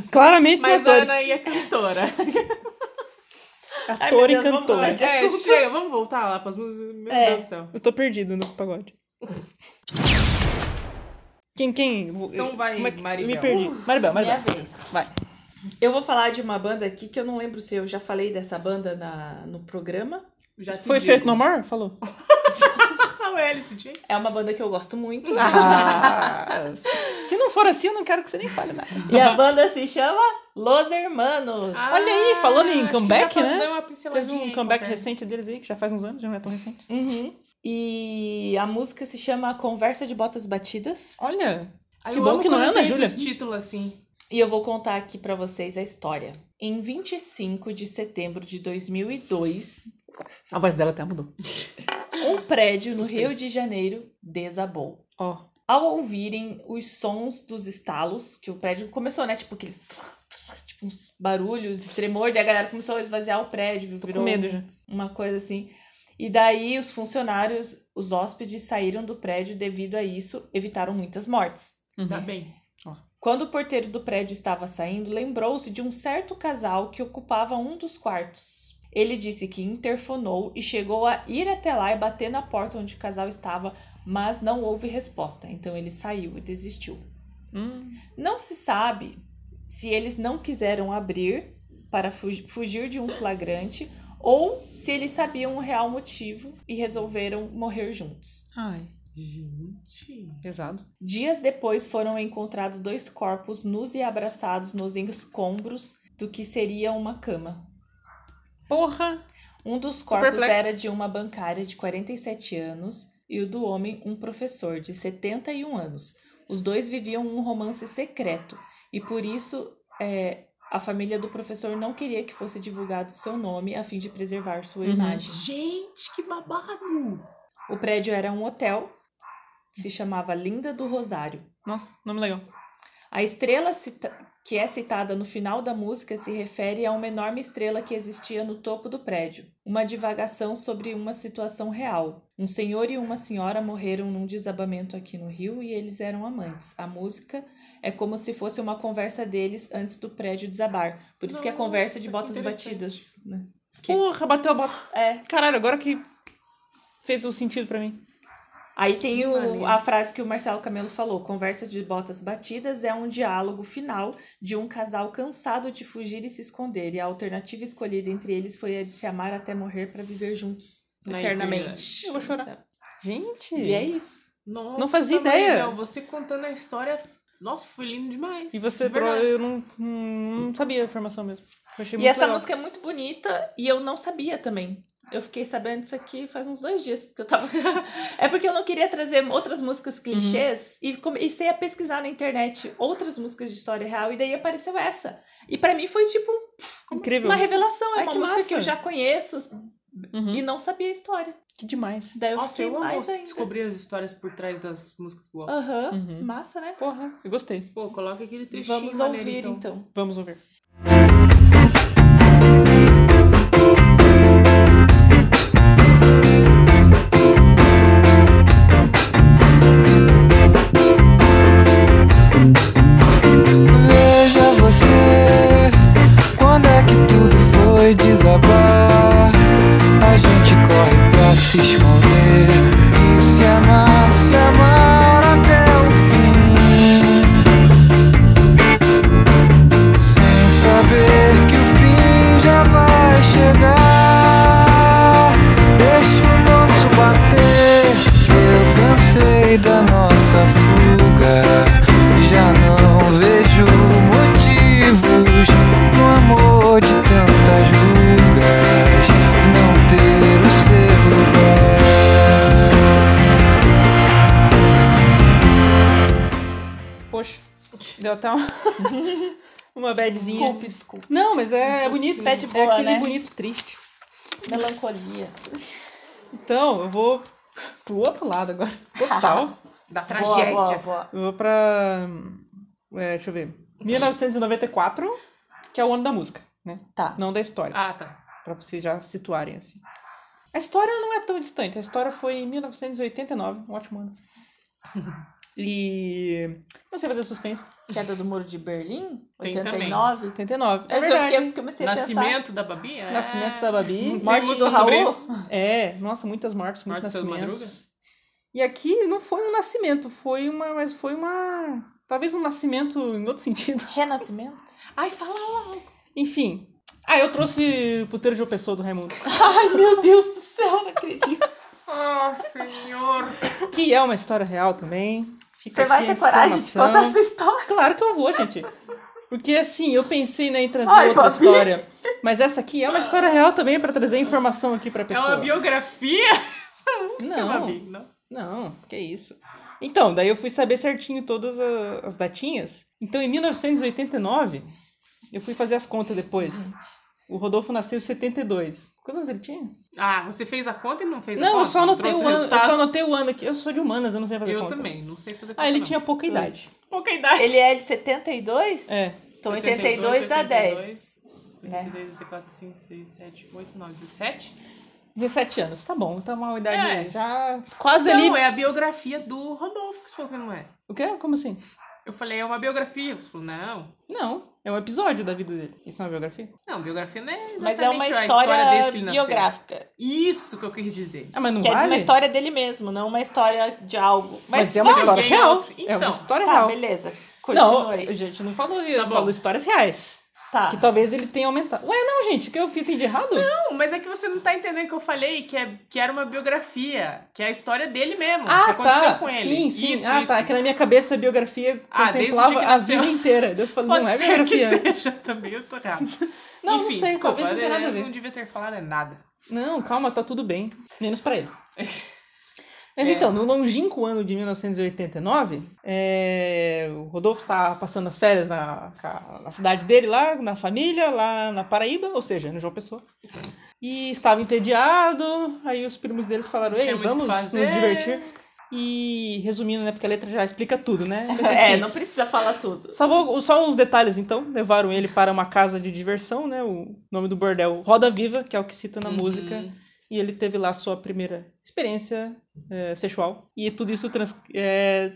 Claramente são
Mas a
atores.
Anaí é cantora.
Ai,
Ator e
meu Deus, vamos
cantor.
mudar de
É,
assunto.
chega, vamos voltar lá pras músicas. Meu
É.
Deus do céu.
Eu tô perdido no pagode. Quem, quem? Vou-
Então vai,
como é que-
Maribel.
Então
é Me perdi. Maribel,
Minha
Maribel.
vez.
Vai.
Eu vou falar de uma banda aqui que eu não lembro se eu já falei dessa banda na, no programa.
Já te
Foi
digo.
feito no More? Falou.
Ah, o Alice, gente.
É uma banda que eu gosto muito.
Ah, se não for assim, eu não quero que você nem fale nada.
e a banda se chama Los Hermanos.
Olha aí, falando em
Ah, acho que
comeback,
dá pra
né?
dar uma
Teve
pinceladinha
um
aí,
comeback
né?
qualquer.
recente deles aí, que já faz uns anos, já não é tão recente.
Uhum. E a música se chama Conversa de Botas Batidas.
Olha,
Aí
Que
eu
bom
amo
que não
quando
é Ana
tem
Júlia.
esses títulos assim.
E eu vou contar aqui pra vocês a história. Em 25 de setembro de 2002,
a voz dela até mudou.
um prédio no Rio de Janeiro desabou.
Ó,
ao ouvirem os sons dos estalos, que o prédio começou, né? Tipo aqueles. Tipo uns barulhos, tremor, daí a galera começou a esvaziar o prédio,
tô com
virou um-
medo já.
uma coisa assim. E daí os funcionários, os hóspedes saíram do prédio devido a isso, evitaram muitas mortes.
Uhum.
Tá bem.
Quando o porteiro do prédio estava saindo, lembrou-se de um certo casal que ocupava um dos quartos. Ele disse que interfonou e chegou a ir até lá e bater na porta onde o casal estava, mas não houve resposta. Então ele saiu e desistiu.
Hum.
Não se sabe se eles não quiseram abrir para fugi- fugir de um flagrante ou se eles sabiam o real motivo e resolveram morrer juntos.
Ai,
Gente.
pesado.
Dias depois foram encontrados dois corpos nus e abraçados nos escombros do que seria uma cama.
Porra!
Um dos corpos
perplexa.
era de uma bancária de 47 anos e o do homem, um professor de 71 anos. Os dois viviam um romance secreto e por isso é, a família do professor não queria que fosse divulgado seu nome a fim de preservar sua
Uhum.
imagem.
Gente, que babado.
O prédio era um hotel, se chamava Linda do Rosário.
Nossa, nome legal.
A estrela cita- que é citada no final da música se refere a uma enorme estrela que existia no topo do prédio. Uma divagação sobre uma situação real. Um senhor e uma senhora morreram num desabamento aqui no Rio e eles eram amantes. A música é como se fosse uma conversa deles antes do prédio desabar. Por isso que é a conversa de
Nossa, que
botas batidas. né? Que-
Porra, bateu a bota.
É.
Caralho, agora que fez o sentido pra mim.
Aí tem o,
maneiro.
a frase que o Marcelo Camelo falou: conversa de botas batidas é um diálogo final de um casal cansado de fugir e se esconder, e a alternativa escolhida entre eles foi a de se amar até morrer para viver juntos
Na
eternamente.
eternidade.
Eu vou chorar. Gente!
E é isso.
Nossa,
Não fazia ideia.
Maridão, você contando a história. Nossa, foi lindo demais.
E você
De verdade.
trouxe. Eu não, não sabia a informação mesmo. Eu achei
E
muito
essa
legal.
música é muito bonita e eu não sabia também. Eu fiquei sabendo disso aqui faz uns dois dias que eu tava. é porque eu não queria trazer outras músicas clichês e comecei a pesquisar na internet outras músicas de história real e daí apareceu essa. E pra mim foi tipo
Incrível.
Uma revelação, é
Ai,
uma
que
música
massa.
que eu já conheço
Uhum.
e não sabia a história.
Que demais.
Daí eu
Nossa,
fiquei
eu amo
mais ainda.
descobrir as histórias por trás das músicas que eu gosto.
Aham,
Uhum.
massa, né?
Porra, eu gostei.
Pô, coloca aquele trechinho
Vamos
maneiro,
ouvir
então.
então.
Vamos ouvir.
Veja você, quando é que tudo foi desabar? A gente corre pra se esconder e se amar, se amar até o fim. Sem saber que o fim já vai chegar. Deixa o nosso bater. Eu cansei da nossa fuga. Já não vejo motivos no amor de tantas rugas. Não ter o seu lugar.
Poxa, deu até uma, uma badzinha.
Desculpe, desculpe.
Não, mas é, é bonito.
Tá de
é
boa,
aquele
né?
bonito triste.
Melancolia.
Então, eu vou pro outro lado agora. Total.
Da
Boa,
tragédia.
boa, boa.
eu vou pra. é, deixa eu ver. 1994, que é o ano da música, né?
Tá.
Não da história.
Ah, tá.
Pra vocês já situarem assim. A história não é tão distante. A história foi em 1989, um ótimo ano. E. Não sei fazer suspense.
Queda do Muro de Berlim,
Tem
89.
89.
É
É
que eu fiquei-
verdade.
comecei a pensar.
Nascimento da Babi? É.
Nascimento da Babi.
Tem
Morte do
música sobre
Raul.
isso?
É, nossa, muitas mortes, muitos
Mortes pelo
nascimentos. E aqui não foi um nascimento, foi uma, mas foi uma Talvez um nascimento em outro sentido.
Renascimento?
Ai, fala um. lá.
Enfim. Ah, eu trouxe Puteiro de uma Pessoa do Raimundo.
Ai, meu Deus do céu, não acredito.
Ah, senhor.
Que é uma história real também. Fica
Você vai
aqui a
ter coragem de
informação.
contar essa história?
Claro que eu vou, gente. Porque assim, eu pensei né, em trazer
Ai,
outra
papi.
história. Mas essa aqui é uma história real também pra trazer informação aqui pra
É
pessoa.
uma biografia?
Não.
Babi, não.
Não, que isso. Então, daí eu fui saber certinho todas a- as datinhas. Então, em 1989, eu fui fazer as contas depois. O Rodolfo nasceu em 72. Quantos anos ele tinha?
Ah, você fez a conta e não fez a
Não,
conta?
eu só anotei
Trouxe
o ano, eu
resultado?
só anotei o ano aqui. Eu sou de humanas, eu não sei fazer
Eu
conta.
também, não sei fazer conta.
Ah, ele
não.
tinha pouca idade.
pouca idade.
Ele é de 72?
É.
Então 82, dá 10.
82, 84, 5, 6, 7, 8, 9, 17?
17 anos, tá bom, tá uma idade
É.
já quase
Não,
ali.
é a biografia do Rodolfo que você falou que não é.
O quê? Como assim?
Eu falei, é uma biografia. Você falou, não.
Não, é um episódio da vida dele. Isso não é uma biografia?
Não, biografia não é exatamente
Mas é uma
a
história,
história desde que ele nasceu.
biográfica.
Isso que eu quis dizer.
Ah, mas não
Que é
vale?
uma história dele mesmo, não uma história de algo.
Mas,
Mas,
é uma
vai.
história
alguém
real.
outro.
É uma
Então.
história
Tá,
real.
beleza.
Não,
Continua
a
aí.
gente não falou de
Tá bom.
falou histórias reais.
Tá.
Que talvez ele tenha aumentado. Ué, não, gente, o que eu fiz tem de errado?
Não, mas é que você não tá entendendo o que eu falei, que, é, que era uma biografia, que é a história dele mesmo,
Ah,
que aconteceu
tá.
com ele.
Sim, sim.
Isso,
ah, tá.
isso.
É que na minha cabeça a biografia
Ah, desde o dia
contemplava
que
a
nasceu.
vida inteira. Daí eu falei,
Pode
não é
ser
biografia.
que seja também, eu tô errado.
Não, não
Enfim,
sei,
desculpa,
talvez não tenha
eu-
nada a ver.
eu não devia ter falado é nada.
Não, calma, tá tudo bem. Menos pra ele.
É.
Mas então, no longínquo ano de 1989, é, o Rodolfo estava passando as férias na, ca- na cidade dele, lá na família, lá na Paraíba, ou seja, no João Pessoa. E estava entediado, aí os primos deles falaram, ei,
tinha muito o que
vamos nos
fazer."
divertir. E resumindo, né, porque a letra já explica tudo, né? Mas,
É,
enfim,
não precisa falar tudo.
só, vou- só uns detalhes, então. Levaram ele para uma casa de diversão, né? O nome do bordel Roda Viva, que é o que cita
Uhum.
na música. E ele teve lá a sua primeira experiência eh, sexual. E tudo isso trans... eh,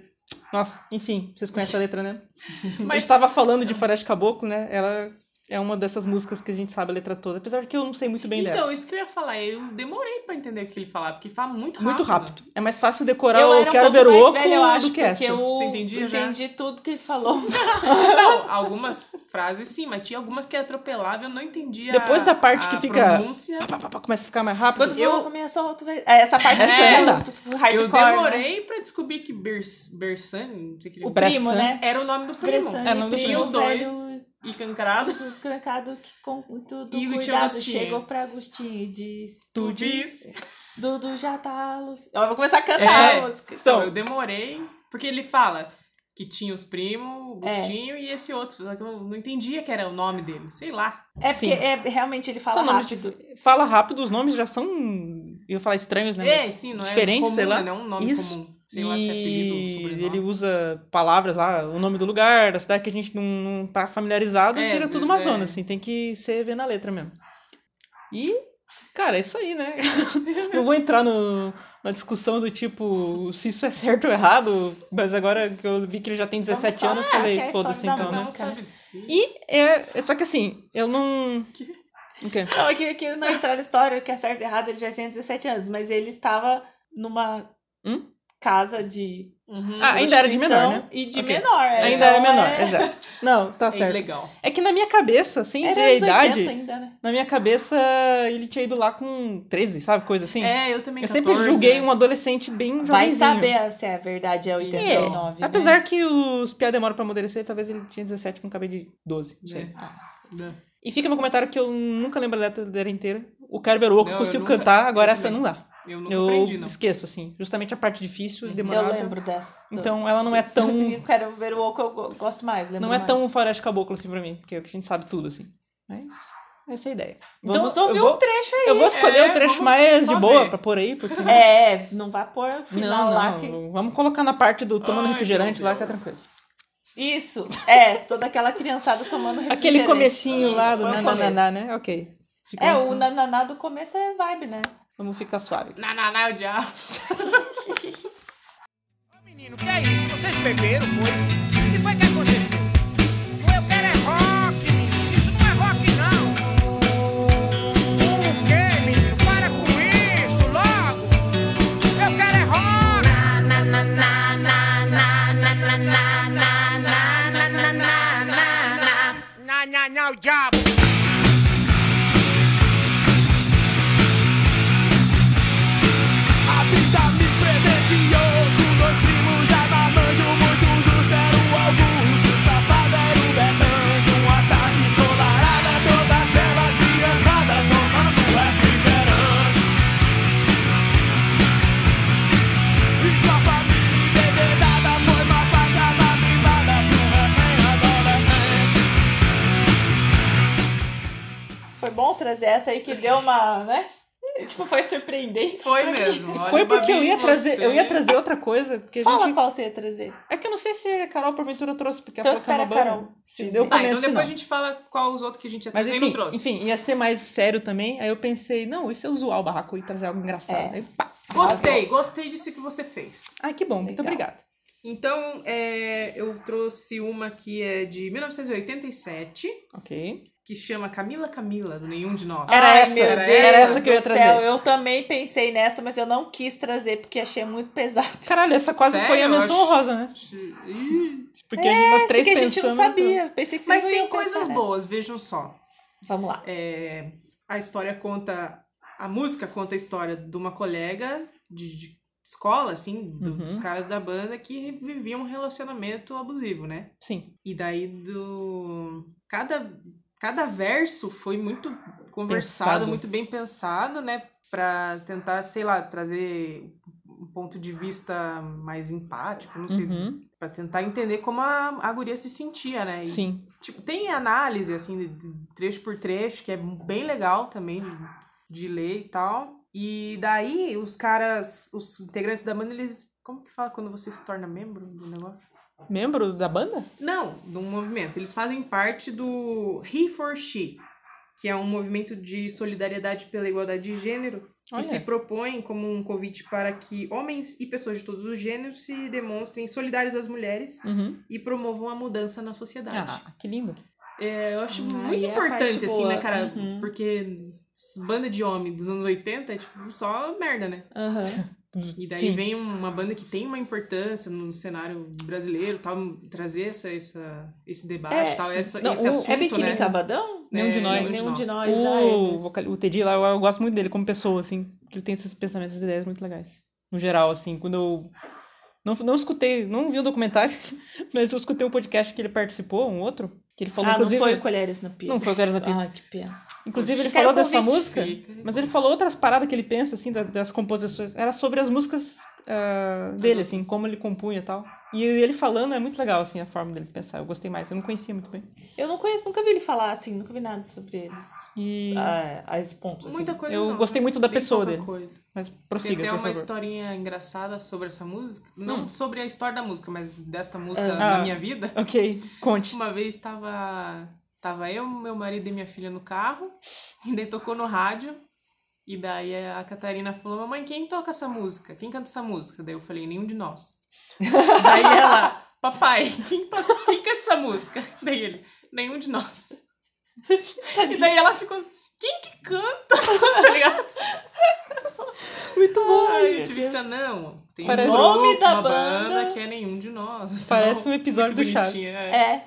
Nossa, enfim, vocês conhecem a letra, né? Mas... Eu
Mas-
estava falando de Faroeste Caboclo, né? Ela é uma dessas músicas que a gente sabe a letra toda. Apesar de que eu não sei muito bem
então,
dessa.
isso que eu ia falar, eu demorei pra entender o que ele falava, porque fala muito rápido.
Muito rápido. É mais fácil decorar
Eu
o
era um
Quero
pouco
Ver o
mais
Oco
velha, eu acho,
do que
porque
essa.
eu
Você entendia já?
entendi tudo que ele falou.
Não, algumas frases sim, mas tinha algumas que atropelava, eu não entendia
Depois da parte
a
que fica-
pronúncia.
Pá, pá, pá, pá, começa a ficar mais rápido.
Quando eu... comer só tu vai... É, Essa parte
Essa
que
não dá.
o hardcore,
Eu
né?
demorei pra descobrir que Bers- Bersani, não sei o que ele é.
O
Bressan.
primo, né?
Era o nome do primo.
Bressan,
É, não
primo,
tinha os dois.
velho,
É.
E cancrado.
do Crancado que com tudo
E o tio
cuidado
Agostinho.
chegou pra Agostinho e diz...
Tu disse.
Dudu já tá... alu- Ó, Eu vou começar a cantar
É,
a música.
então, eu demorei. Porque ele fala que tinha os primos, o
É.
Gustinho e esse outro. Só que eu não entendia que era o nome dele. Sei lá.
É
Sim.
porque é, realmente ele
São
fala
nomes
rápido.
Fala rápido, os nomes já são. Eu ia falar estranhos, né?
é,
Mas
sim, não
diferentes,
é comum,
sei lá.
né? Não é um nome
Isso.
comum. Sei
e
lá se é apelido, sobrenome.
ele usa palavras lá, o nome do lugar, da cidade que a gente não, não tá familiarizado,
É,
vira
às
tudo
vezes
uma zona,
é.
assim, tem que ser ver na letra mesmo. E, cara, é isso aí, né? não vou entrar no, na discussão do tipo se isso é certo ou errado, mas agora que eu vi que ele já tem 17
só-
anos, eu
Ah,
falei,
que é a
foda-se
história da
então,
Não,
né?
música.
sabe de si.
E é. é- Só que assim, eu não. O quê?
Não, é que, que não entrar na história, que é certo e errado, ele já tinha 17 anos, mas ele estava numa
Hum?
casa de.
Uhum.
Ah, ainda era de menor, né?
prostituição E de
Ok.
menor, é,
Ainda
então
era menor,
é-
exato. Não, tá
é
certo.
legal.
É que na minha cabeça, sem
Era
ver a
anos 80
idade,
ainda, né?
na minha cabeça ele tinha ido lá com 13, sabe? Coisa assim.
É, eu também né?
eu sempre julguei um adolescente bem jovenzinho.
é. Vai saber se é verdade, é 89.
É. Apesar que os piá demoram pra amadurecer, talvez ele tinha 17 com um cabelo de 12. Não sei.
Né?
É.
Não.
E fica meu comentário que eu nunca lembro a letra dela inteira. O Quero Ver o Oco
Não,
eu
eu
consigo
nunca-
cantar, agora
eu
essa não
também.
dá.
Eu nunca
Eu
aprendi, não.
esqueço, assim. Justamente a parte difícil
né?
e
Eu
demorada.
lembro dessa. do-
Então ela não é tão.
Eu quero ver o oco, eu go- gosto mais. Lembro
não é
mais.
tão faroeste caboclo assim pra mim, porque a gente sabe tudo, assim. Mas essa é a ideia.
Vamos
eu
ouvir
vou-
um trecho aí.
Eu vou escolher
É,
o trecho
vamos
mais
só
de boa
ver.
pra pôr aí, porque.
É, não vai pôr o final
Não,
lá.
não.
Que...
Vamos colocar na parte do tomando
Ai,
refrigerante
meu
lá, que é
Deus.
tranquilo.
Isso, é, toda aquela criançada tomando refrigerante.
Aquele comecinho
Isso,
lá do
foi o começo.
nanananá, né? Ok. Fica- um
É, o nananá do começo é vibe, né?
Vamos ficar suave.
Não, não, não, o diabo.
Menino, que é isso? Vocês beberam, foi? O que foi que aconteceu? Pô, eu quero é rock, menino. Isso não é rock, não. O quê, menino? Para com isso, logo. Eu quero é rock. Na, na, na, na, na, na, na, na, na, na, Não, não, não, diabo.
A vida me presenteou com dois primos já na manjo Muito justo era o Augusto, safado era o Bezanto Uma tarde ensolarada, toda aquela criançada tomando refrigerante E com a família embebedada foi uma passada privada pro recém-adolescente
Foi bom trazer essa aí que deu uma, né? Tipo, foi surpreendente. pra
Foi
mim.
mesmo. olha,
Foi porque eu
Babi,
ia trazer, eu
você-
ia trazer outra coisa, porque a
Fala
gente
qual você ia trazer.
é que eu não sei se a Carol porventura trouxe, porque
Então
a
espera a
Flávia
Carol
se
dizer.
deu
Tá,
Tá, então
começo,
depois
não.
a gente fala qual os outros que a gente ia
Mas
trazer e
assim,
não trouxe.
enfim, ia ser mais sério também. Aí eu pensei, não, e se eu zoar o barraco e trazer algo engraçado?
É.
Aí, pá.
Gostei, gostei disso que você fez.
Ai, que bom, muito
Legal.
obrigada.
Então, é, eu trouxe uma que é de 1987,
Ok.
que chama Camila Camila, do Nenhum de Nós.
Era
Ai,
essa,
meu
era
Deus
essa que eu ia
do
trazer.
céu, eu também pensei nessa, mas eu não quis trazer porque achei muito pesado.
Caralho, essa quase
Sério?
foi a
Eu
menção
acho-
honrosa, né? Porque a gente, nós três
É,
né?
que a
pensamos.
gente não sabia. Pensei que
Mas
vocês não
tem
iam pensar
coisas
nessa.
boas, vejam só.
Vamos lá.
É, a história conta. A música conta a história de uma colega de, de escola, assim,
Uhum.
do- dos caras da banda que viviam um relacionamento abusivo, né?
Sim.
E daí do. Cada, cada verso foi muito conversado,
Pensado.
muito bem pensado, né? Pra tentar, sei lá, trazer um ponto de vista mais empático, não sei.
Uhum,
Pra tentar entender como a, a guria se sentia, né? E
Sim.
Tipo, tem análise, assim, de- de trecho por trecho, que é bem legal também de, de ler e tal. E daí, os caras, os integrantes da banda, eles... Como que fala quando você se torna membro do negócio?
Membro da banda?
Não, de um movimento. Eles fazem parte do He for She, que é um movimento de solidariedade pela igualdade de gênero, que
Olha.
se propõe como um convite para que homens e pessoas de todos os gêneros se demonstrem solidários às mulheres
Uhum.
e promovam a mudança na sociedade.
Ah, que lindo.
É, eu acho
Ah,
muito
e a parte
importante, assim,
boa.
né, cara?
Uhum.
Porque banda de homem dos anos 80 é, tipo, só merda, né?
Aham.
E daí
Sim.
vem uma banda que tem uma importância no cenário brasileiro, tal, trazer essa, essa, esse debate,
É,
tal,
sim.
essa,
Não,
esse
o- é
assunto,
É Biquíni
né?
Cabadão?
É,
Nenhum de nós.
Nenhum de nós. ah, é
O,
mesmo.
vocal, o Teddy lá, eu, eu gosto muito dele como pessoa, assim. que Ele tem esses pensamentos, essas ideias muito legais. No geral, assim, quando eu. Não, não escutei, não vi o documentário, mas eu escutei um podcast que ele participou, um outro, que ele falou,
ah, não
inclusive.
foi o Colheres no Pio.
Não foi o Colheres no Pio.
Ah, que pena.
Inclusive, ele
Fica aí
falou
o
dessa
convite.
música, mas ele falou outras paradas que ele pensa, assim, da- das composições. Era sobre as músicas ah, dele, assim, como ele compunha e tal. E ele falando é muito legal, assim, a forma dele pensar. Eu gostei mais, eu não conhecia muito bem.
Eu não conheço, nunca vi ele falar assim, nunca vi nada sobre eles.
E.
Ah, a esse ponto, assim.
Muita coisa
Eu
não,
gostei
né?
muito da
Bem
pessoa
pouca
dele.
coisa.
Mas
Tem
prossiga,
até
por
uma
favor. Hum.
historinha engraçada sobre essa música. Não sobre a história da música, mas desta música na
Ah.
minha vida.
Ok, conte.
Uma vez estava tava eu, meu marido e minha filha no carro, e daí tocou no rádio. E daí a Catarina falou: Mamãe, quem toca essa música? Quem canta essa música? Daí eu falei: Nenhum de nós. daí ela: Papai, quem, toca, quem canta essa música? Daí ele: Nenhum de nós. e daí ela ficou: Quem que canta? tá ligado?
Muito bom.
Ai, "Ah, eu tive que explicar, não. Tem
Parece-
um
Nome
grupo,
da
uma banda.
banda.
que é nenhum de nós.
Parece um episódio do
Muito
Chaves.
bonitinha, é.
É.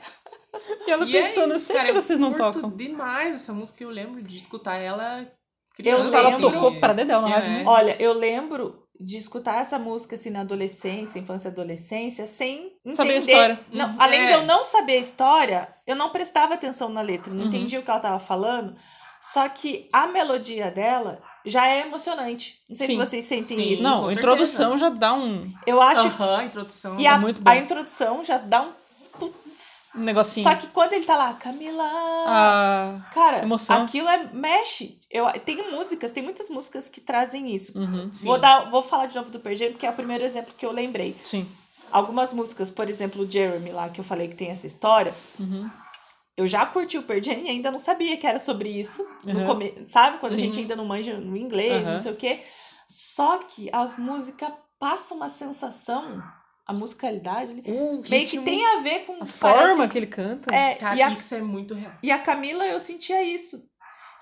E ela
E é
pensando, eu
isso,
sei
cara,
que vocês não
eu curto
tocam.
demais essa música, eu lembro de escutar ela
Eu
criança.
Nossa, ela
lembro-
tocou pra Dedel na
que
rádio,
é.
né?
Olha, eu lembro de escutar essa música assim na adolescência, infância e adolescência, sem entender.
Saber a história.
Não,
Uhum.
Além de eu
É.
não saber a história, eu não prestava atenção na letra,
Uhum.
não entendia o que ela tava falando. Só que a melodia dela já é emocionante. Não sei
Sim.
se vocês sentem
Sim.
isso.
Não,
com
a
certeza.
introdução já dá um
Eu acho
Aham, a introdução.
E a,
é muito bom.
a introdução já dá um. Putz.
um negocinho.
Só que quando ele tá lá, Camila.
Ah,
cara,
emoção.
aquilo é, mexe. Eu, tem músicas, tem muitas músicas que trazem isso.
uhum,
Sim.
Vou, dar, vou falar de novo do Pergem, porque é o primeiro exemplo que eu lembrei.
sim.
Algumas músicas, por exemplo, o Jeremy lá, que eu falei que tem essa história.
Uhum.
Eu já curti o Pergem e ainda não sabia que era sobre isso. no
Uhum.
come- sabe? Quando
Sim.
a gente ainda não manja no inglês,
Uhum.
não sei o quê. Só que as músicas passam uma sensação, a musicalidade,
O
Meio que
ritmo,
tem a ver com
a
parece-
forma que ele canta.
É,
Cara,
e, a,
isso Um é muito real.
e a Camila, eu sentia isso.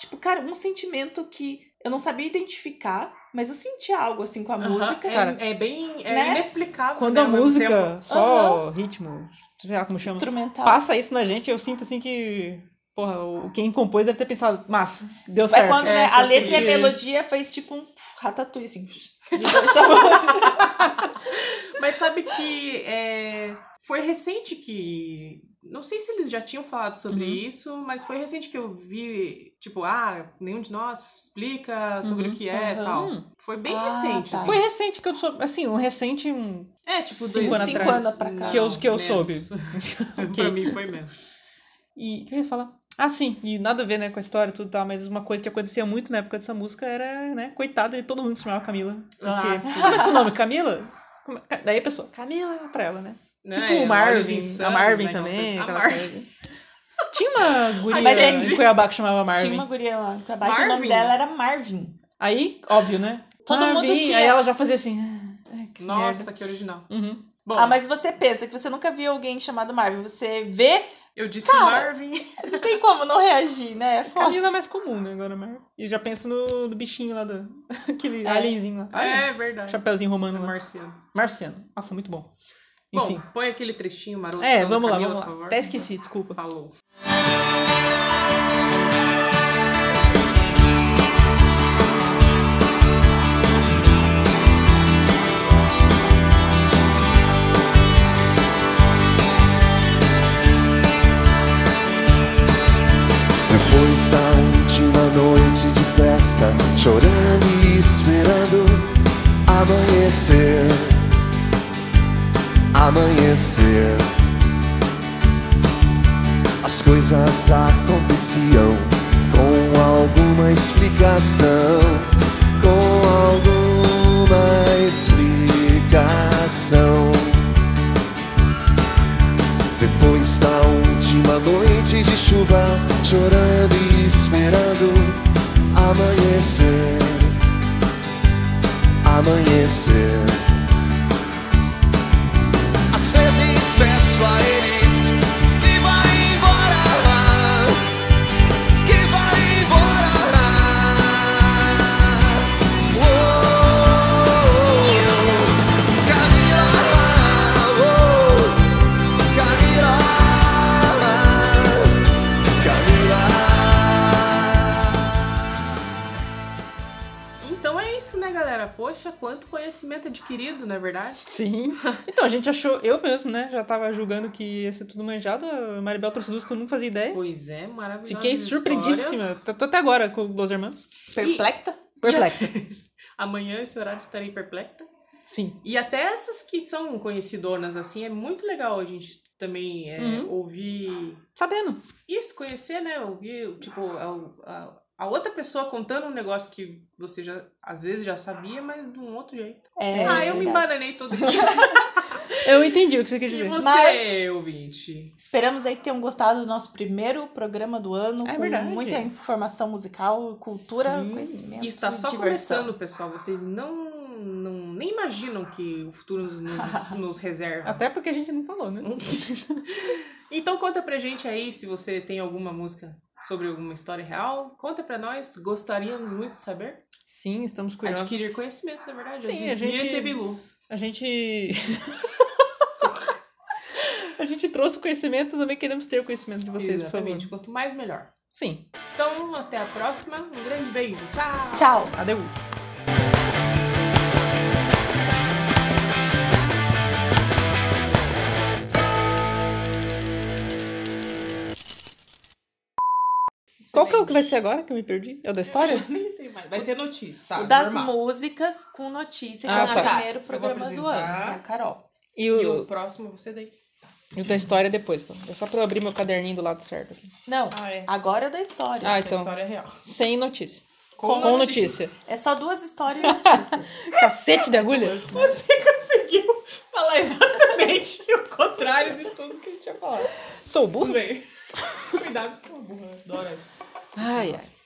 Tipo, cara, um sentimento que eu não sabia identificar, mas eu sentia algo assim com a música.
Aham, é-
cara.
é, bem é
Né?
inexplicável.
Quando
né,
a
ao mesmo tempo.
música, só o ritmo, sei lá como chama,
Instrumental.
passa isso na gente, eu sinto assim que Porra, o- quem compôs deve ter pensado, massa, deu
Mas
certo. É.
quando né, a
consegui.
letra e a melodia fez tipo um pff, ratatouille, assim. de dois sabores.
Mas sabe que é, foi recente que. Não sei se eles já tinham falado sobre
Uhum.
isso, mas foi recente que eu vi, tipo, ah, nenhum de nós explica sobre
Uhum.
o que é e
aham.
tal. Foi bem
Ah,
recente.
tá.
assim.
Foi recente que eu soube, assim, um recente um,
É, tipo,
Cinco
dois
anos
Cinco
atrás.
anos pra cá.
que eu, que eu
menos. Um
soube.
pra mim foi menos.
E o que eu ia falar? Ah, sim, e nada a ver, né, com a história e tudo tal, mas uma coisa que acontecia muito na época dessa música era, né, coitada de todo mundo que se chamava Camila. Porque,
Ah, sim.
como é seu nome? Camila? Como é- Daí a pessoa, Camila, pra ela, né?
Né,
Tipo o
olhos
Marvin, a
insanos,
Marvin
né, aquelas
também,
coisas. A
aquela
Marvin.
coisa. Tinha uma guria
Mas é
em
de-
Cuiabá que chamava Marvin.
Tinha uma guria lá, que a Barbie, o nome
Marvin?
dela era Marvin.
Aí, óbvio, né?
Todo
Marvin,
mundo tinha.
Aí ela já fazia assim, "Ah, que
Nossa,
merda.
que original.
Uhum.
Bom,
Ah, mas você pensa que você nunca viu alguém chamado Marvin. Você vê,
eu disse
Cara,
Marvin.
não tem como não reagir, né? É foda.
Camila é mais comum, né, agora, É. Marvin. E já penso no, no bichinho lá, do... aquele alienzinho lá. Alien.
É verdade.
Chapeuzinho romano lá.
Marciano.
Marciano. Nossa, muito bom. Enfim.
Bom, põe aquele trechinho maroto.
é,
da
vamos lá,
Camila,
vamos
por
lá.
favor.
Até esqueci, desculpa.
Falou.
Depois da última noite de festa, chorando e esperando amanhecer. Amanhecer. As coisas aconteciam com alguma explicação. Com alguma explicação. Depois da última noite de chuva, chorando e esperando amanhecer. Amanhecer. Às vezes peço a ele que vá embora lá. Que vá embora lá. Oh, oh, oh. Camila, oh. Camila, Camila.
Então é isso, né, galera? Poxa, quanto conhecimento adquirido, não é verdade?
Sim. Então, a gente achou, eu mesmo, né, já tava julgando que ia ser tudo manjado. A Maribel trouxe duas que eu não fazia ideia.
Pois é, maravilhoso.
Fiquei surpreendíssima. Tô, tô até agora com os dois irmãos.
Perplecta?
Perplexa.
Amanhã, esse horário, estarei perplexa.
Sim.
E até essas que são conhecidonas, assim, é muito legal a gente também é,
Uhum.
ouvir
Sabendo.
isso, conhecer, né? Ouvir, tipo, a, a- a outra pessoa contando um negócio que você já, às vezes, já sabia, mas de um outro jeito.
É,
ah, eu me
verdade.
embananei todo dia.
Eu entendi o que você quis
E
dizer.
você,
Mas- tipo
ouvinte?
Esperamos aí que tenham gostado do nosso primeiro programa do ano.
É
com
verdade.
muita informação musical, cultura,
Sim.
conhecimento.
E está
e
só
diversão.
começando, pessoal. Vocês não, não nem imaginam que o futuro nos, nos- nos reserva.
Até porque a gente não falou, né?
Então conta pra gente aí se você tem alguma música sobre alguma história real. Conta pra nós, gostaríamos muito de saber.
Sim, estamos curiosos.
Adquirir conhecimento, na verdade.
Sim,
Sim,
a
a
gente-
gente... Bilu.
A gente. a gente trouxe o conhecimento, também queremos ter o conhecimento de vocês,
Exatamente.
por favor.
Quanto mais, melhor.
Sim.
Então, até a próxima. Um grande beijo. Tchau!
Tchau!
Adeus. Qual que é o que vai ser agora que eu me perdi? É o da história?
Nem sei mais. Vai ter notícia, tá?
o das
normal.
músicas com notícia, que
Ah,
é o
tá.
primeiro
vou
programa do ano,
apresentar.
que é a Carol.
E
E o
o,
próximo você daí.
e o da história depois, então. É só pra eu abrir meu caderninho do lado certo. aqui.
Não,
Ah, é.
agora é da história.
Ah,
Então.
então.
História real.
Sem notícia.
Com
Com
notícia.
notícia.
É só duas histórias e notícias.
Cacete de agulha?
Você conseguiu falar exatamente o contrário de tudo que a gente tinha falado.
Sou burro?
Cuidado com a burra, adoro essa.
Ai, ai.